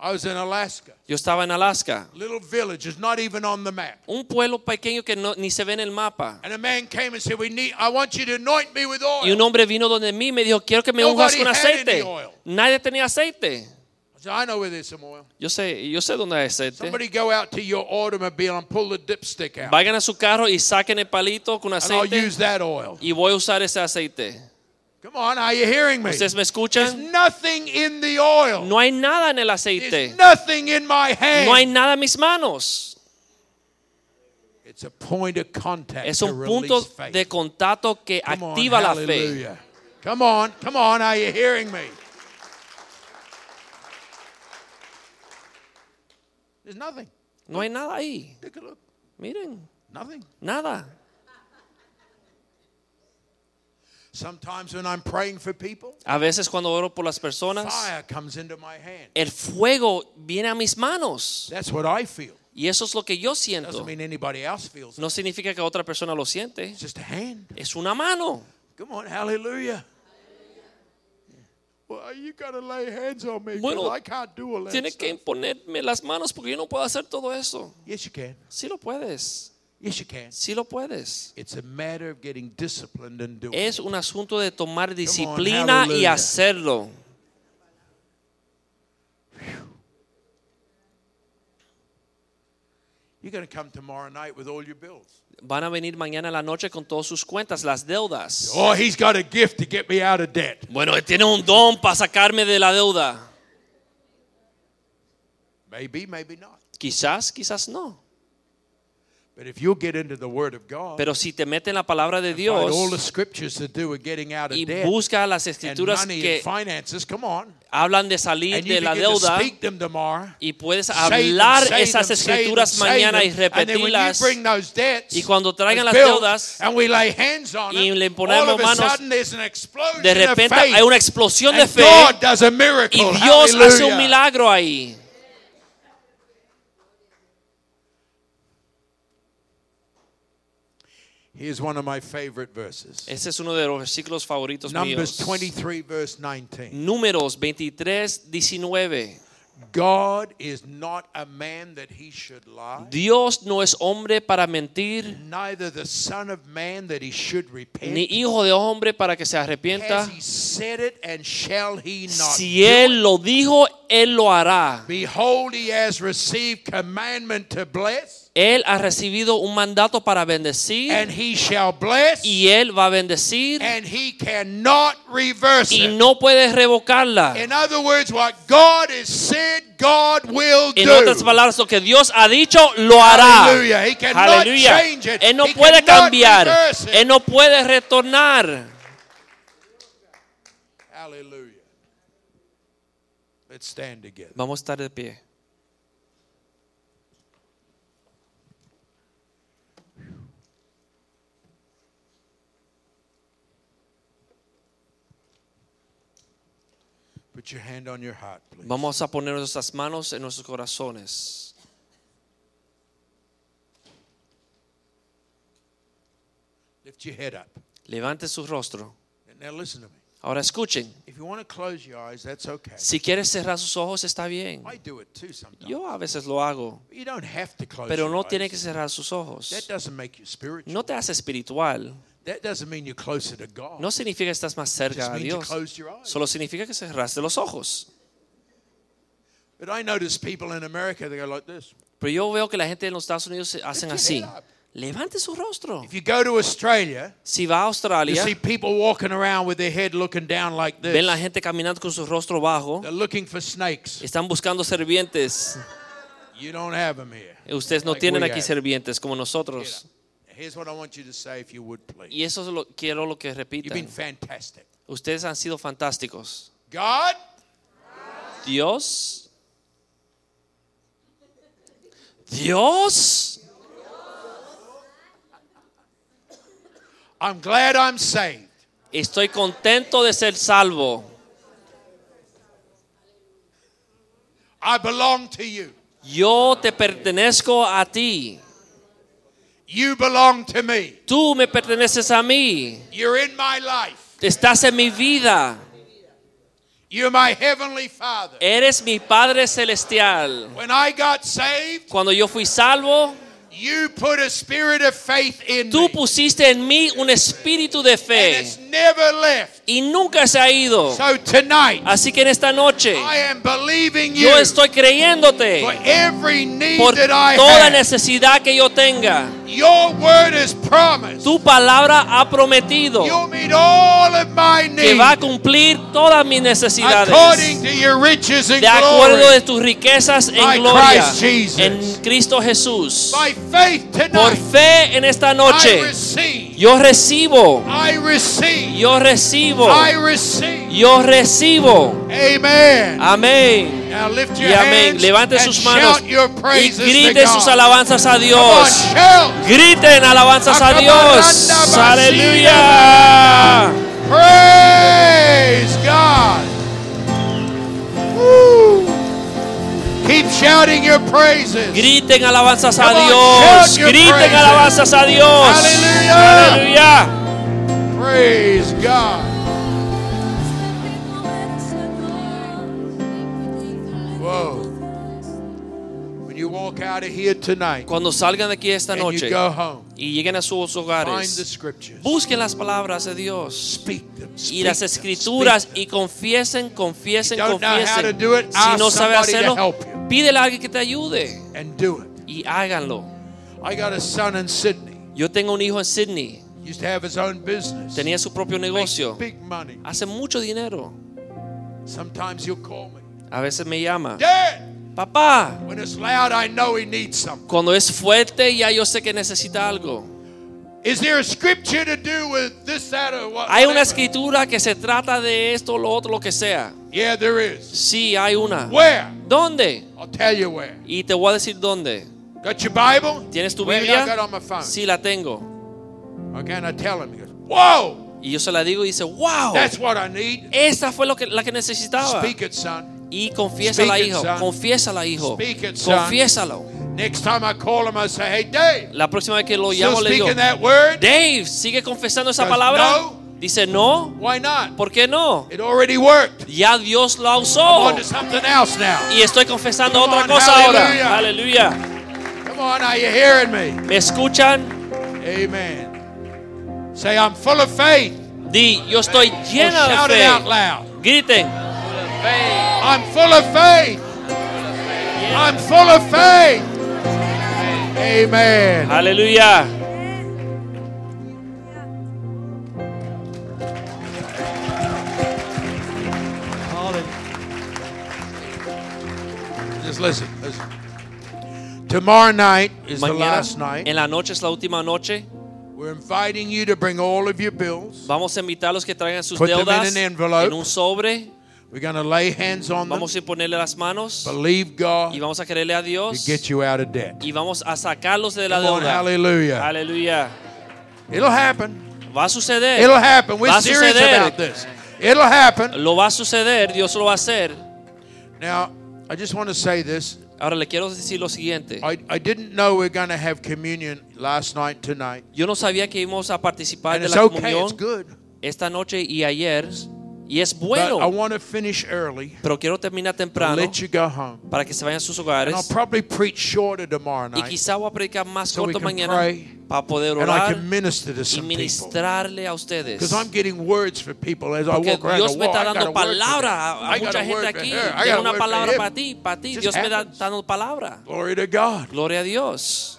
Speaker 1: I was in Alaska,
Speaker 2: Yo estaba en Alaska,
Speaker 1: little village, it's not even on the map.
Speaker 2: un pueblo pequeño que no- ni se ve en el mapa.
Speaker 1: And a man came and said, "We need. I want you to anoint me with oil."
Speaker 2: Y un hombre vino donde mí y me dijo, quiero que me
Speaker 1: Nobody
Speaker 2: unjas con
Speaker 1: had any
Speaker 2: aceite.
Speaker 1: oil.
Speaker 2: Nadie tenía aceite.
Speaker 1: I said, "I know where there's some oil.
Speaker 2: Yo sé, yo sé dónde hay aceite.
Speaker 1: Somebody go out to your automobile and pull the dipstick out,
Speaker 2: Vayan a su carro y saquen el palito con
Speaker 1: and I'll
Speaker 2: aceite
Speaker 1: use that oil."
Speaker 2: y voy a usar ese aceite.
Speaker 1: Come on, are you hearing me?
Speaker 2: ¿Ustedes me
Speaker 1: There's
Speaker 2: escuchan?
Speaker 1: nothing in the oil.
Speaker 2: No hay nada en el aceite.
Speaker 1: There's nothing in my hand.
Speaker 2: No hay nada en mis manos.
Speaker 1: It's a point of contact.
Speaker 2: Es
Speaker 1: to
Speaker 2: un
Speaker 1: release
Speaker 2: punto
Speaker 1: faith.
Speaker 2: de contacto que
Speaker 1: Come on,
Speaker 2: activa la fe.
Speaker 1: hallelujah. Come on, come on, are you hearing me? There's nothing.
Speaker 2: No hay nada ahí.
Speaker 1: Take a look.
Speaker 2: Miren,
Speaker 1: Nothing.
Speaker 2: nada.
Speaker 1: Sometimes when I'm praying for people,
Speaker 2: A veces cuando oro por las personas,
Speaker 1: fire comes into my hand.
Speaker 2: el fuego viene a mis manos.
Speaker 1: That's what I feel.
Speaker 2: Y eso es lo que yo
Speaker 1: Doesn't
Speaker 2: siento.
Speaker 1: mean anybody else feels. it.
Speaker 2: No significa que otra persona lo siente.
Speaker 1: It's just a hand.
Speaker 2: Es una mano.
Speaker 1: Come on, hallelujah. Well, you gotta lay hands on me because
Speaker 2: Bueno,
Speaker 1: I can't do all that.
Speaker 2: Tienes que
Speaker 1: stuff.
Speaker 2: imponerme las manos porque yo no puedo hacer todo eso.
Speaker 1: Yes, you can.
Speaker 2: Sí lo puedes.
Speaker 1: Yes, you can.
Speaker 2: Sí lo puedes.
Speaker 1: It's a matter of getting disciplined and doing. it.
Speaker 2: Es un asunto de tomar disciplina y
Speaker 1: hallelujah.
Speaker 2: hacerlo.
Speaker 1: You're going to come tomorrow night with all your bills.
Speaker 2: Van a venir mañana en la noche con todas sus cuentas, las deudas.
Speaker 1: Oh, he's got a gift to get me out of debt.
Speaker 2: Bueno, él tiene un don para sacarme de la deuda.
Speaker 1: Maybe, maybe not.
Speaker 2: Quizás, quizás no.
Speaker 1: But if you'll get into the Word of God,
Speaker 2: Pero si te mete en la palabra de
Speaker 1: find all the
Speaker 2: Dios
Speaker 1: scriptures to do with getting out of
Speaker 2: y
Speaker 1: debt
Speaker 2: busca las
Speaker 1: and
Speaker 2: escrituras
Speaker 1: money
Speaker 2: que
Speaker 1: and finances, come on.
Speaker 2: hablan de salir
Speaker 1: And you
Speaker 2: de la
Speaker 1: begin to
Speaker 2: deuda
Speaker 1: speak them tomorrow.
Speaker 2: y puedes
Speaker 1: Say them,
Speaker 2: hablar
Speaker 1: say
Speaker 2: esas
Speaker 1: them, say them,
Speaker 2: escrituras
Speaker 1: say
Speaker 2: mañana
Speaker 1: them.
Speaker 2: y
Speaker 1: And then when you
Speaker 2: repetirlas.
Speaker 1: bring those debts,
Speaker 2: Y cuando traigan
Speaker 1: those
Speaker 2: las
Speaker 1: bills,
Speaker 2: deudas,
Speaker 1: and we lay hands on
Speaker 2: y
Speaker 1: them,
Speaker 2: le ponemos
Speaker 1: all of a
Speaker 2: manos,
Speaker 1: sudden there's an explosion
Speaker 2: De repente
Speaker 1: of faith.
Speaker 2: hay una explosión de
Speaker 1: And
Speaker 2: fe
Speaker 1: God does a miracle.
Speaker 2: y Dios hace un
Speaker 1: Hallelujah.
Speaker 2: milagro ahí.
Speaker 1: Here's one of my favorite verses.
Speaker 2: Ese es uno de los versículos favoritos
Speaker 1: Numbers
Speaker 2: míos. Mm.
Speaker 1: 23, verse 19.
Speaker 2: Números 23, 19.
Speaker 1: God is not a man that he should lie,
Speaker 2: Dios no es hombre para mentir,
Speaker 1: neither the Son of Man that he should repent.
Speaker 2: ni hijo de hombre para que se arrepienta.
Speaker 1: Eh. Has he said it, and shall he not?
Speaker 2: Si
Speaker 1: do
Speaker 2: él
Speaker 1: it?
Speaker 2: lo dijo, él lo hará.
Speaker 1: Behold, he has received commandment to bless,
Speaker 2: Él ha recibido un mandato para bendecir
Speaker 1: and he shall bless,
Speaker 2: y él va a bendecir
Speaker 1: and he cannot reverse
Speaker 2: y
Speaker 1: it.
Speaker 2: no puede revocarla.
Speaker 1: In other words, what God has said, God will
Speaker 2: En
Speaker 1: do.
Speaker 2: otras palabras, lo que Dios ha dicho, lo hará.
Speaker 1: Hallelujah. He cannot
Speaker 2: Aleluya.
Speaker 1: change it.
Speaker 2: Él no
Speaker 1: He
Speaker 2: puede
Speaker 1: cannot
Speaker 2: cambiar.
Speaker 1: reverse it.
Speaker 2: Él no puede retornar.
Speaker 1: Hallelujah. Let's stand together.
Speaker 2: Vamos a estar de pie.
Speaker 1: Put your hand on your heart, please.
Speaker 2: Vamos a poner nuestras manos en nuestros corazones.
Speaker 1: Lift your head up.
Speaker 2: Levante su rostro.
Speaker 1: Now listen to me.
Speaker 2: Ahora escuchen.
Speaker 1: If you want to close your eyes, that's okay.
Speaker 2: Si quieres cerrar sus ojos, está bien.
Speaker 1: I do it too sometimes.
Speaker 2: Yo a veces lo hago,
Speaker 1: But you don't have to close
Speaker 2: pero
Speaker 1: your
Speaker 2: no
Speaker 1: eyes.
Speaker 2: tiene que cerrar sus ojos.
Speaker 1: That doesn't make you spiritual.
Speaker 2: No te hace espiritual.
Speaker 1: That doesn't mean you're closer to God.
Speaker 2: No significa que estás más
Speaker 1: it
Speaker 2: cerca
Speaker 1: just
Speaker 2: a
Speaker 1: means you
Speaker 2: Dios.
Speaker 1: closed your eyes.
Speaker 2: Solo significa que cerraste los ojos.
Speaker 1: but I notice people in America, they go like this.
Speaker 2: Pero yo veo que la gente en los Estados Unidos se hacen
Speaker 1: Lift your
Speaker 2: así.
Speaker 1: head up.
Speaker 2: levante su rostro.
Speaker 1: If you go to Australia,
Speaker 2: Si va a
Speaker 1: you
Speaker 2: Australia,
Speaker 1: see people walking around with their head looking down like
Speaker 2: ven la
Speaker 1: this.
Speaker 2: gente caminando con su rostro bajo.
Speaker 1: They're looking for snakes.
Speaker 2: Están buscando serpientes.
Speaker 1: You don't have them here.
Speaker 2: Ustedes no
Speaker 1: Like
Speaker 2: tienen
Speaker 1: we
Speaker 2: aquí
Speaker 1: have.
Speaker 2: serpientes como nosotros.
Speaker 1: Here's what I want you to say, if you would please.
Speaker 2: Y eso es lo quiero lo que
Speaker 1: You've been
Speaker 2: repitan.
Speaker 1: fantastic.
Speaker 2: Ustedes han sido fantásticos.
Speaker 1: God,
Speaker 2: Dios. Dios.
Speaker 1: I'm glad I'm saved.
Speaker 2: Estoy contento de ser salvo.
Speaker 1: I belong to you.
Speaker 2: Yo te pertenezco a ti.
Speaker 1: You belong to me.
Speaker 2: Tú me perteneces a mí.
Speaker 1: You're in my life.
Speaker 2: Estás en mi vida.
Speaker 1: You're my heavenly Father.
Speaker 2: Eres mi Padre Celestial.
Speaker 1: When I got saved,
Speaker 2: Cuando yo fui salvo,
Speaker 1: you put a spirit of faith in
Speaker 2: tú
Speaker 1: me.
Speaker 2: pusiste en mí un espíritu de
Speaker 1: And
Speaker 2: fe
Speaker 1: it's never left.
Speaker 2: y nunca se ha ido.
Speaker 1: So tonight,
Speaker 2: Así que en esta noche,
Speaker 1: I am believing you
Speaker 2: yo estoy creyéndote
Speaker 1: for every need
Speaker 2: por
Speaker 1: that I
Speaker 2: toda
Speaker 1: have.
Speaker 2: necesidad que yo tenga.
Speaker 1: Your word is promised.
Speaker 2: Tu palabra ha prometido
Speaker 1: You'll meet all of my
Speaker 2: que va a
Speaker 1: needs
Speaker 2: cumplir todas mis necesidades.
Speaker 1: according to your riches and
Speaker 2: de acuerdo
Speaker 1: glory.
Speaker 2: de tus riquezas en
Speaker 1: By
Speaker 2: gloria
Speaker 1: Christ Jesus.
Speaker 2: en Cristo Jesús.
Speaker 1: By faith
Speaker 2: Por
Speaker 1: tonight,
Speaker 2: fe en esta
Speaker 1: I
Speaker 2: noche,
Speaker 1: receive.
Speaker 2: yo recibo,
Speaker 1: I receive.
Speaker 2: yo recibo,
Speaker 1: I receive.
Speaker 2: yo recibo.
Speaker 1: Amen.
Speaker 2: Amén.
Speaker 1: Now lift your
Speaker 2: Y amén.
Speaker 1: hands
Speaker 2: Levante
Speaker 1: and
Speaker 2: sus manos
Speaker 1: shout your
Speaker 2: y
Speaker 1: praises to
Speaker 2: grite sus
Speaker 1: God.
Speaker 2: alabanzas a
Speaker 1: Come on,
Speaker 2: Dios.
Speaker 1: shout.
Speaker 2: Griten alabanzas a Dios.
Speaker 1: Acabaranda,
Speaker 2: Aleluya.
Speaker 1: Praise God. Woo. Keep shouting your praises.
Speaker 2: Griten alabanzas a
Speaker 1: Come on,
Speaker 2: Dios.
Speaker 1: shout your
Speaker 2: Griten
Speaker 1: praises.
Speaker 2: alabanzas a Dios.
Speaker 1: Aleluya.
Speaker 2: Aleluya.
Speaker 1: Praise God. Whoa. When you walk out of here tonight
Speaker 2: Cuando salgan de aquí esta
Speaker 1: and you
Speaker 2: noche
Speaker 1: go home,
Speaker 2: y lleguen a sus
Speaker 1: find the
Speaker 2: hogares,
Speaker 1: scriptures.
Speaker 2: busquen las palabras de Dios
Speaker 1: Speak them. Speak
Speaker 2: y las
Speaker 1: them, speak
Speaker 2: escrituras
Speaker 1: them.
Speaker 2: y confiesen, confiesen,
Speaker 1: You don't know how to
Speaker 2: confiesen.
Speaker 1: do it,
Speaker 2: Si
Speaker 1: ask
Speaker 2: no sabe
Speaker 1: somebody to
Speaker 2: hacerlo,
Speaker 1: help you.
Speaker 2: pídele a alguien que te ayude
Speaker 1: and do it.
Speaker 2: y háganlo.
Speaker 1: I got a son in Sydney.
Speaker 2: Yo tengo un hijo en Sydney,
Speaker 1: Used to have his own business.
Speaker 2: tenía su propio
Speaker 1: Makes
Speaker 2: negocio,
Speaker 1: big money.
Speaker 2: hace mucho dinero.
Speaker 1: Sometimes he'll call me.
Speaker 2: A veces me llama,
Speaker 1: Dad!
Speaker 2: papá.
Speaker 1: When it's loud, I know he needs something.
Speaker 2: Cuando es fuerte, ya yo sé que necesita algo.
Speaker 1: Is there a scripture to do with this, that, or what?
Speaker 2: Hay una
Speaker 1: whatever?
Speaker 2: escritura que se trata de esto, lo otro, lo que sea.
Speaker 1: Yeah, there is.
Speaker 2: Sí, hay una.
Speaker 1: Where?
Speaker 2: ¿Dónde?
Speaker 1: I'll tell you where.
Speaker 2: Y te voy a decir dónde.
Speaker 1: Got your Bible?
Speaker 2: ¿Tienes tu
Speaker 1: Where I got
Speaker 2: Biblia?
Speaker 1: on my phone.
Speaker 2: Sí, la tengo.
Speaker 1: Okay, and I tell him. He goes, Whoa!
Speaker 2: Y yo se la digo y dice, wow,
Speaker 1: That's what I need.
Speaker 2: esa fue lo que, la que necesitaba.
Speaker 1: Speak it, son.
Speaker 2: Y confiésala,
Speaker 1: Speak it,
Speaker 2: hijo.
Speaker 1: son.
Speaker 2: Confiésala, hijo.
Speaker 1: Speak it, son.
Speaker 2: Confiésalo.
Speaker 1: Next time I call him, I say, Hey, Dave,
Speaker 2: La próxima vez que lo
Speaker 1: still
Speaker 2: llamo Oh, le digo,
Speaker 1: speaking that word?
Speaker 2: Dave, ¿sigue confesando esa
Speaker 1: Goes,
Speaker 2: palabra?
Speaker 1: "No."
Speaker 2: Dice, no.
Speaker 1: Why not?
Speaker 2: ¿Por qué no?
Speaker 1: It already worked.
Speaker 2: Ya Dios la usó.
Speaker 1: On to something else now.
Speaker 2: Y estoy confesando
Speaker 1: Come
Speaker 2: otra
Speaker 1: on,
Speaker 2: cosa ahora.
Speaker 1: hallelujah.
Speaker 2: Aleluya.
Speaker 1: Come on, are you hearing me?
Speaker 2: ¿Me escuchan?
Speaker 1: Amen. Say, I'm full of faith.
Speaker 2: Di, yo estoy
Speaker 1: Well,
Speaker 2: llena
Speaker 1: shout
Speaker 2: de
Speaker 1: it out
Speaker 2: fe.
Speaker 1: loud.
Speaker 2: Griten.
Speaker 1: I'm full of faith. I'm full of faith. Amen.
Speaker 2: Aleluya.
Speaker 1: Just listen. listen. Tomorrow night is the
Speaker 2: Mañana,
Speaker 1: last night.
Speaker 2: en la noche es la última noche.
Speaker 1: We're inviting you to bring all of your bills.
Speaker 2: Vamos a invitar a los que traigan sus
Speaker 1: Put them
Speaker 2: deudas
Speaker 1: in an envelope.
Speaker 2: en un sobre.
Speaker 1: We're going to lay hands on them.
Speaker 2: Vamos a ponerle las manos
Speaker 1: Believe
Speaker 2: y
Speaker 1: God
Speaker 2: vamos a creerle a
Speaker 1: to
Speaker 2: Dios
Speaker 1: get you out of debt.
Speaker 2: y vamos a sacarlos de la
Speaker 1: Come on,
Speaker 2: deuda.
Speaker 1: hallelujah.
Speaker 2: Aleluya.
Speaker 1: It'll happen.
Speaker 2: Va a suceder.
Speaker 1: It'll happen. We're
Speaker 2: Va a
Speaker 1: serious
Speaker 2: suceder.
Speaker 1: about this. It'll happen.
Speaker 2: Lo va a suceder. Dios lo va a hacer.
Speaker 1: Now, I just want to say this.
Speaker 2: Ahora le quiero decir lo siguiente.
Speaker 1: I, I didn't know we are going to have communion last night, tonight.
Speaker 2: Yo no sabía que íbamos a participar
Speaker 1: And
Speaker 2: de
Speaker 1: it's
Speaker 2: la
Speaker 1: okay, it's
Speaker 2: comunión
Speaker 1: good.
Speaker 2: esta noche y ayer. Y es
Speaker 1: But I
Speaker 2: bueno.
Speaker 1: want to finish early.
Speaker 2: Pero quiero terminar
Speaker 1: I'll
Speaker 2: temprano
Speaker 1: let you go home.
Speaker 2: para que se vayan a sus
Speaker 1: And I'll
Speaker 2: hogares.
Speaker 1: probably preach shorter tomorrow
Speaker 2: Y
Speaker 1: night.
Speaker 2: quizá voy a predicar más
Speaker 1: So we
Speaker 2: corto
Speaker 1: can
Speaker 2: mañana
Speaker 1: pray
Speaker 2: para poder
Speaker 1: And I
Speaker 2: orar
Speaker 1: can minister to
Speaker 2: y
Speaker 1: some people.
Speaker 2: ministrarle a ustedes.
Speaker 1: Because I'm getting words for people as I
Speaker 2: Porque
Speaker 1: walk around
Speaker 2: Dios
Speaker 1: the
Speaker 2: me
Speaker 1: wall.
Speaker 2: está
Speaker 1: I got
Speaker 2: dando
Speaker 1: a word for them.
Speaker 2: palabra a-
Speaker 1: I
Speaker 2: a
Speaker 1: got
Speaker 2: mucha
Speaker 1: a
Speaker 2: gente
Speaker 1: word for
Speaker 2: aquí.
Speaker 1: her. I
Speaker 2: Tiene
Speaker 1: got a
Speaker 2: una
Speaker 1: word
Speaker 2: palabra
Speaker 1: for
Speaker 2: para
Speaker 1: him.
Speaker 2: ti, para ti.
Speaker 1: Just
Speaker 2: Dios me está
Speaker 1: happens.
Speaker 2: dando palabra.
Speaker 1: Glory to God.
Speaker 2: Gloria a Dios.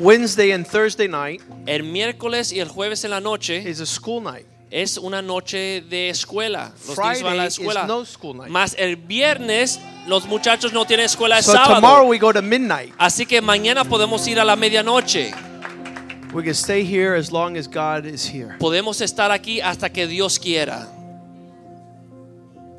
Speaker 3: Wednesday and Thursday night
Speaker 2: El miércoles y el jueves en la noche
Speaker 3: is a school night.
Speaker 2: es una noche de escuela. Los niños van a la
Speaker 3: Friday is
Speaker 2: escuela.
Speaker 3: no school night.
Speaker 2: Más el viernes los muchachos no tienen escuela el
Speaker 3: So tomorrow
Speaker 2: sábado.
Speaker 3: we go to midnight.
Speaker 2: Así que mañana podemos ir a la medianoche.
Speaker 3: We can stay here as long as God is here.
Speaker 2: Podemos estar aquí hasta que Dios quiera.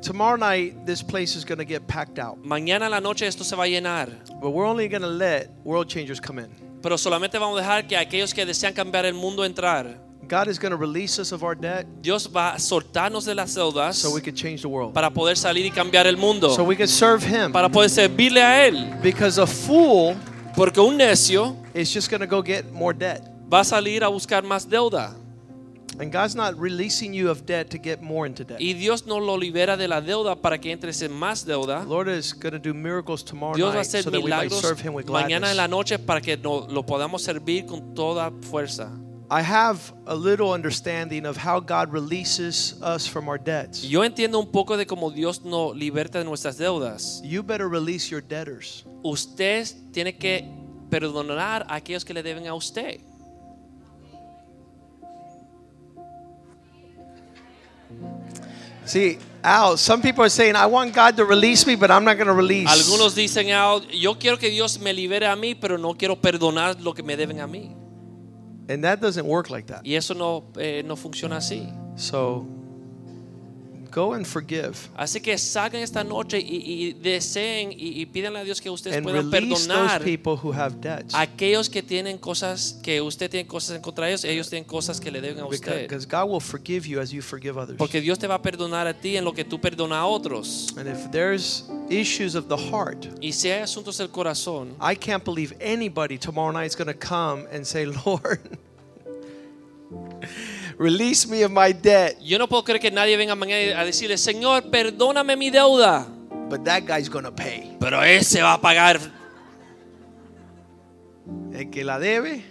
Speaker 3: Tomorrow night, this place is going to get packed out.
Speaker 2: Mañana en la noche esto se va a llenar.
Speaker 3: But we're only going to let world changers come in.
Speaker 2: Pero solamente vamos a dejar que aquellos que desean cambiar el mundo entrar.
Speaker 3: God is going to release us of our debt
Speaker 2: Dios va a soltarnos de las deudas
Speaker 3: so we can change the world.
Speaker 2: para poder salir y cambiar el mundo.
Speaker 3: So we can serve Him.
Speaker 2: para poder servirle a Él.
Speaker 3: Because a fool
Speaker 2: Porque un necio
Speaker 3: is just going to go get more debt.
Speaker 2: va a salir a buscar más deuda.
Speaker 3: And God's not releasing you of debt to get more into debt.
Speaker 2: Y Dios no lo libera de la deuda para que entres en más deuda.
Speaker 3: The Lord is going to do miracles tomorrow
Speaker 2: Dios va a
Speaker 3: night
Speaker 2: hacer
Speaker 3: so that we might
Speaker 2: milagros
Speaker 3: serve Him with
Speaker 2: mañana en la
Speaker 3: gladness.
Speaker 2: noche para que no- lo podamos servir con toda fuerza.
Speaker 3: I have a little understanding of how God releases us from our debts.
Speaker 2: Yo entiendo un poco de cómo Dios nos liberta de nuestras deudas.
Speaker 3: You better release your debtors.
Speaker 2: Usted tiene que perdonar a aquellos que le deben a usted.
Speaker 3: See, Al, some people are saying, I want God to release me, but I'm not going to release.
Speaker 2: Algunos dicen, "Ah, yo quiero que Dios me libere a mí, pero no quiero perdonar lo que me deben a mí.
Speaker 3: And that doesn't work like that.
Speaker 2: Y eso no, eh, no funciona así.
Speaker 3: So go and forgive
Speaker 2: Así que salgan esta noche y, y deseen y, y pídanle a Dios que ustedes
Speaker 3: and
Speaker 2: puedan
Speaker 3: release those
Speaker 2: perdonar
Speaker 3: people who have debts.
Speaker 2: a aquellos que tienen cosas, que usted tiene cosas en contra de ellos, ellos tienen cosas que le deben a
Speaker 3: Because
Speaker 2: usted.
Speaker 3: because God will forgive you as you forgive others.
Speaker 2: Porque Dios te va a perdonar a ti en lo que tú perdonas a otros.
Speaker 3: And if there's issues of the heart,
Speaker 2: Y si hay asuntos del corazón,
Speaker 3: I can't believe anybody tomorrow night is going to come and say, Lord, release me of my debt.
Speaker 2: yo no puedo creer que nadie venga mañana a decirle, Señor, perdóname mi deuda.
Speaker 3: But that guy's going to pay.
Speaker 2: Pero Él se va a pagar.
Speaker 3: El que la debe.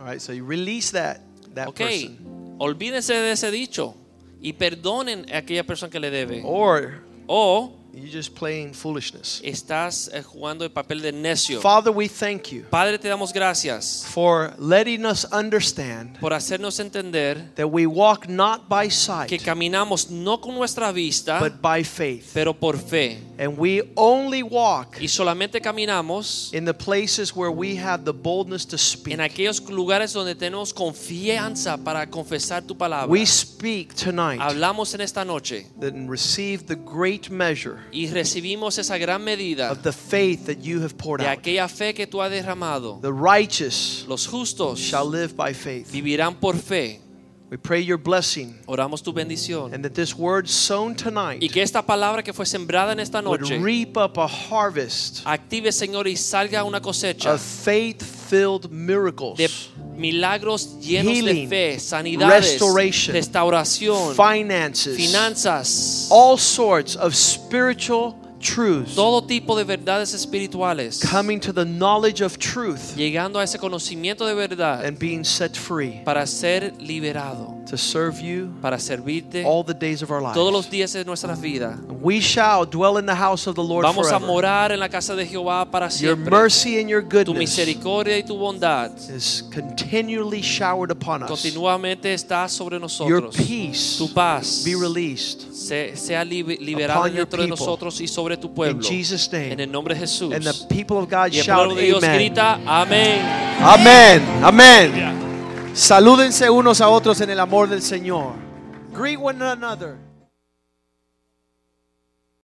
Speaker 3: All right, so you release that that
Speaker 2: Ok,
Speaker 3: person.
Speaker 2: olvídense de ese dicho y perdonen a aquella persona que le debe.
Speaker 3: Or
Speaker 2: O
Speaker 3: you just playing foolishness.
Speaker 2: estás eh, jugando el papel de necio.
Speaker 3: Father, we thank you
Speaker 2: Padre, te damos gracias
Speaker 3: for letting us understand
Speaker 2: por hacernos entender
Speaker 3: that we walk not by
Speaker 2: que
Speaker 3: sight
Speaker 2: caminamos no con nuestra vista,
Speaker 3: but by faith.
Speaker 2: pero por fe.
Speaker 3: And we only walk
Speaker 2: Y solamente caminamos
Speaker 3: in the places where we have the boldness to speak.
Speaker 2: en aquellos lugares donde tenemos confianza para confesar tu palabra.
Speaker 3: We speak tonight
Speaker 2: Hablamos en esta noche
Speaker 3: and receive the great measure
Speaker 2: y recibimos esa gran medida
Speaker 3: of the faith that you have poured
Speaker 2: de
Speaker 3: out.
Speaker 2: aquella fe que tú has derramado.
Speaker 3: The righteous
Speaker 2: Los justos
Speaker 3: shall live by faith.
Speaker 2: vivirán por fe.
Speaker 3: We pray your blessing
Speaker 2: Oramos tu bendición.
Speaker 3: and that this word sown
Speaker 2: Y
Speaker 3: tonight
Speaker 2: que esta palabra que fue sembrada en esta
Speaker 3: would
Speaker 2: noche
Speaker 3: reap up a harvest
Speaker 2: active, Señor, y salga una cosecha
Speaker 3: of faith-filled
Speaker 2: de
Speaker 3: miracles,
Speaker 2: milagros llenos de
Speaker 3: Healing,
Speaker 2: fe, sanidades,
Speaker 3: restoration,
Speaker 2: restauración,
Speaker 3: finances,
Speaker 2: finanzas,
Speaker 3: all sorts of spiritual truths
Speaker 2: todo tipo de verdades espirituales,
Speaker 3: coming to the knowledge of truth
Speaker 2: llegando a ese conocimiento de verdad
Speaker 3: and being set free
Speaker 2: para ser liberado,
Speaker 3: to serve you
Speaker 2: para servirte
Speaker 3: all the days of our
Speaker 2: todos los
Speaker 3: lives.
Speaker 2: días de nuestras vidas.
Speaker 3: We shall dwell in the house of the Lord
Speaker 2: Vamos a
Speaker 3: forever.
Speaker 2: morar en la casa de Jehová para
Speaker 3: Your
Speaker 2: siempre.
Speaker 3: mercy and your
Speaker 2: Tu
Speaker 3: goodness
Speaker 2: misericordia y tu bondad
Speaker 3: is continually showered upon us.
Speaker 2: continuamente está sobre
Speaker 3: Your
Speaker 2: nosotros.
Speaker 3: peace
Speaker 2: Tu paz
Speaker 3: be released.
Speaker 2: se- sea libe- liberada
Speaker 3: upon your
Speaker 2: dentro de
Speaker 3: people.
Speaker 2: nosotros y sobre tu
Speaker 3: In
Speaker 2: pueblo.
Speaker 3: Jesus'
Speaker 2: En
Speaker 3: name.
Speaker 2: el nombre de Jesús.
Speaker 3: And the people of God
Speaker 2: Y el
Speaker 3: shout,
Speaker 2: pueblo de Dios
Speaker 3: Amen.
Speaker 2: grita, amén.
Speaker 3: Amén. Amén. Salúdense unos a otros en el amor del Señor. Greet one another.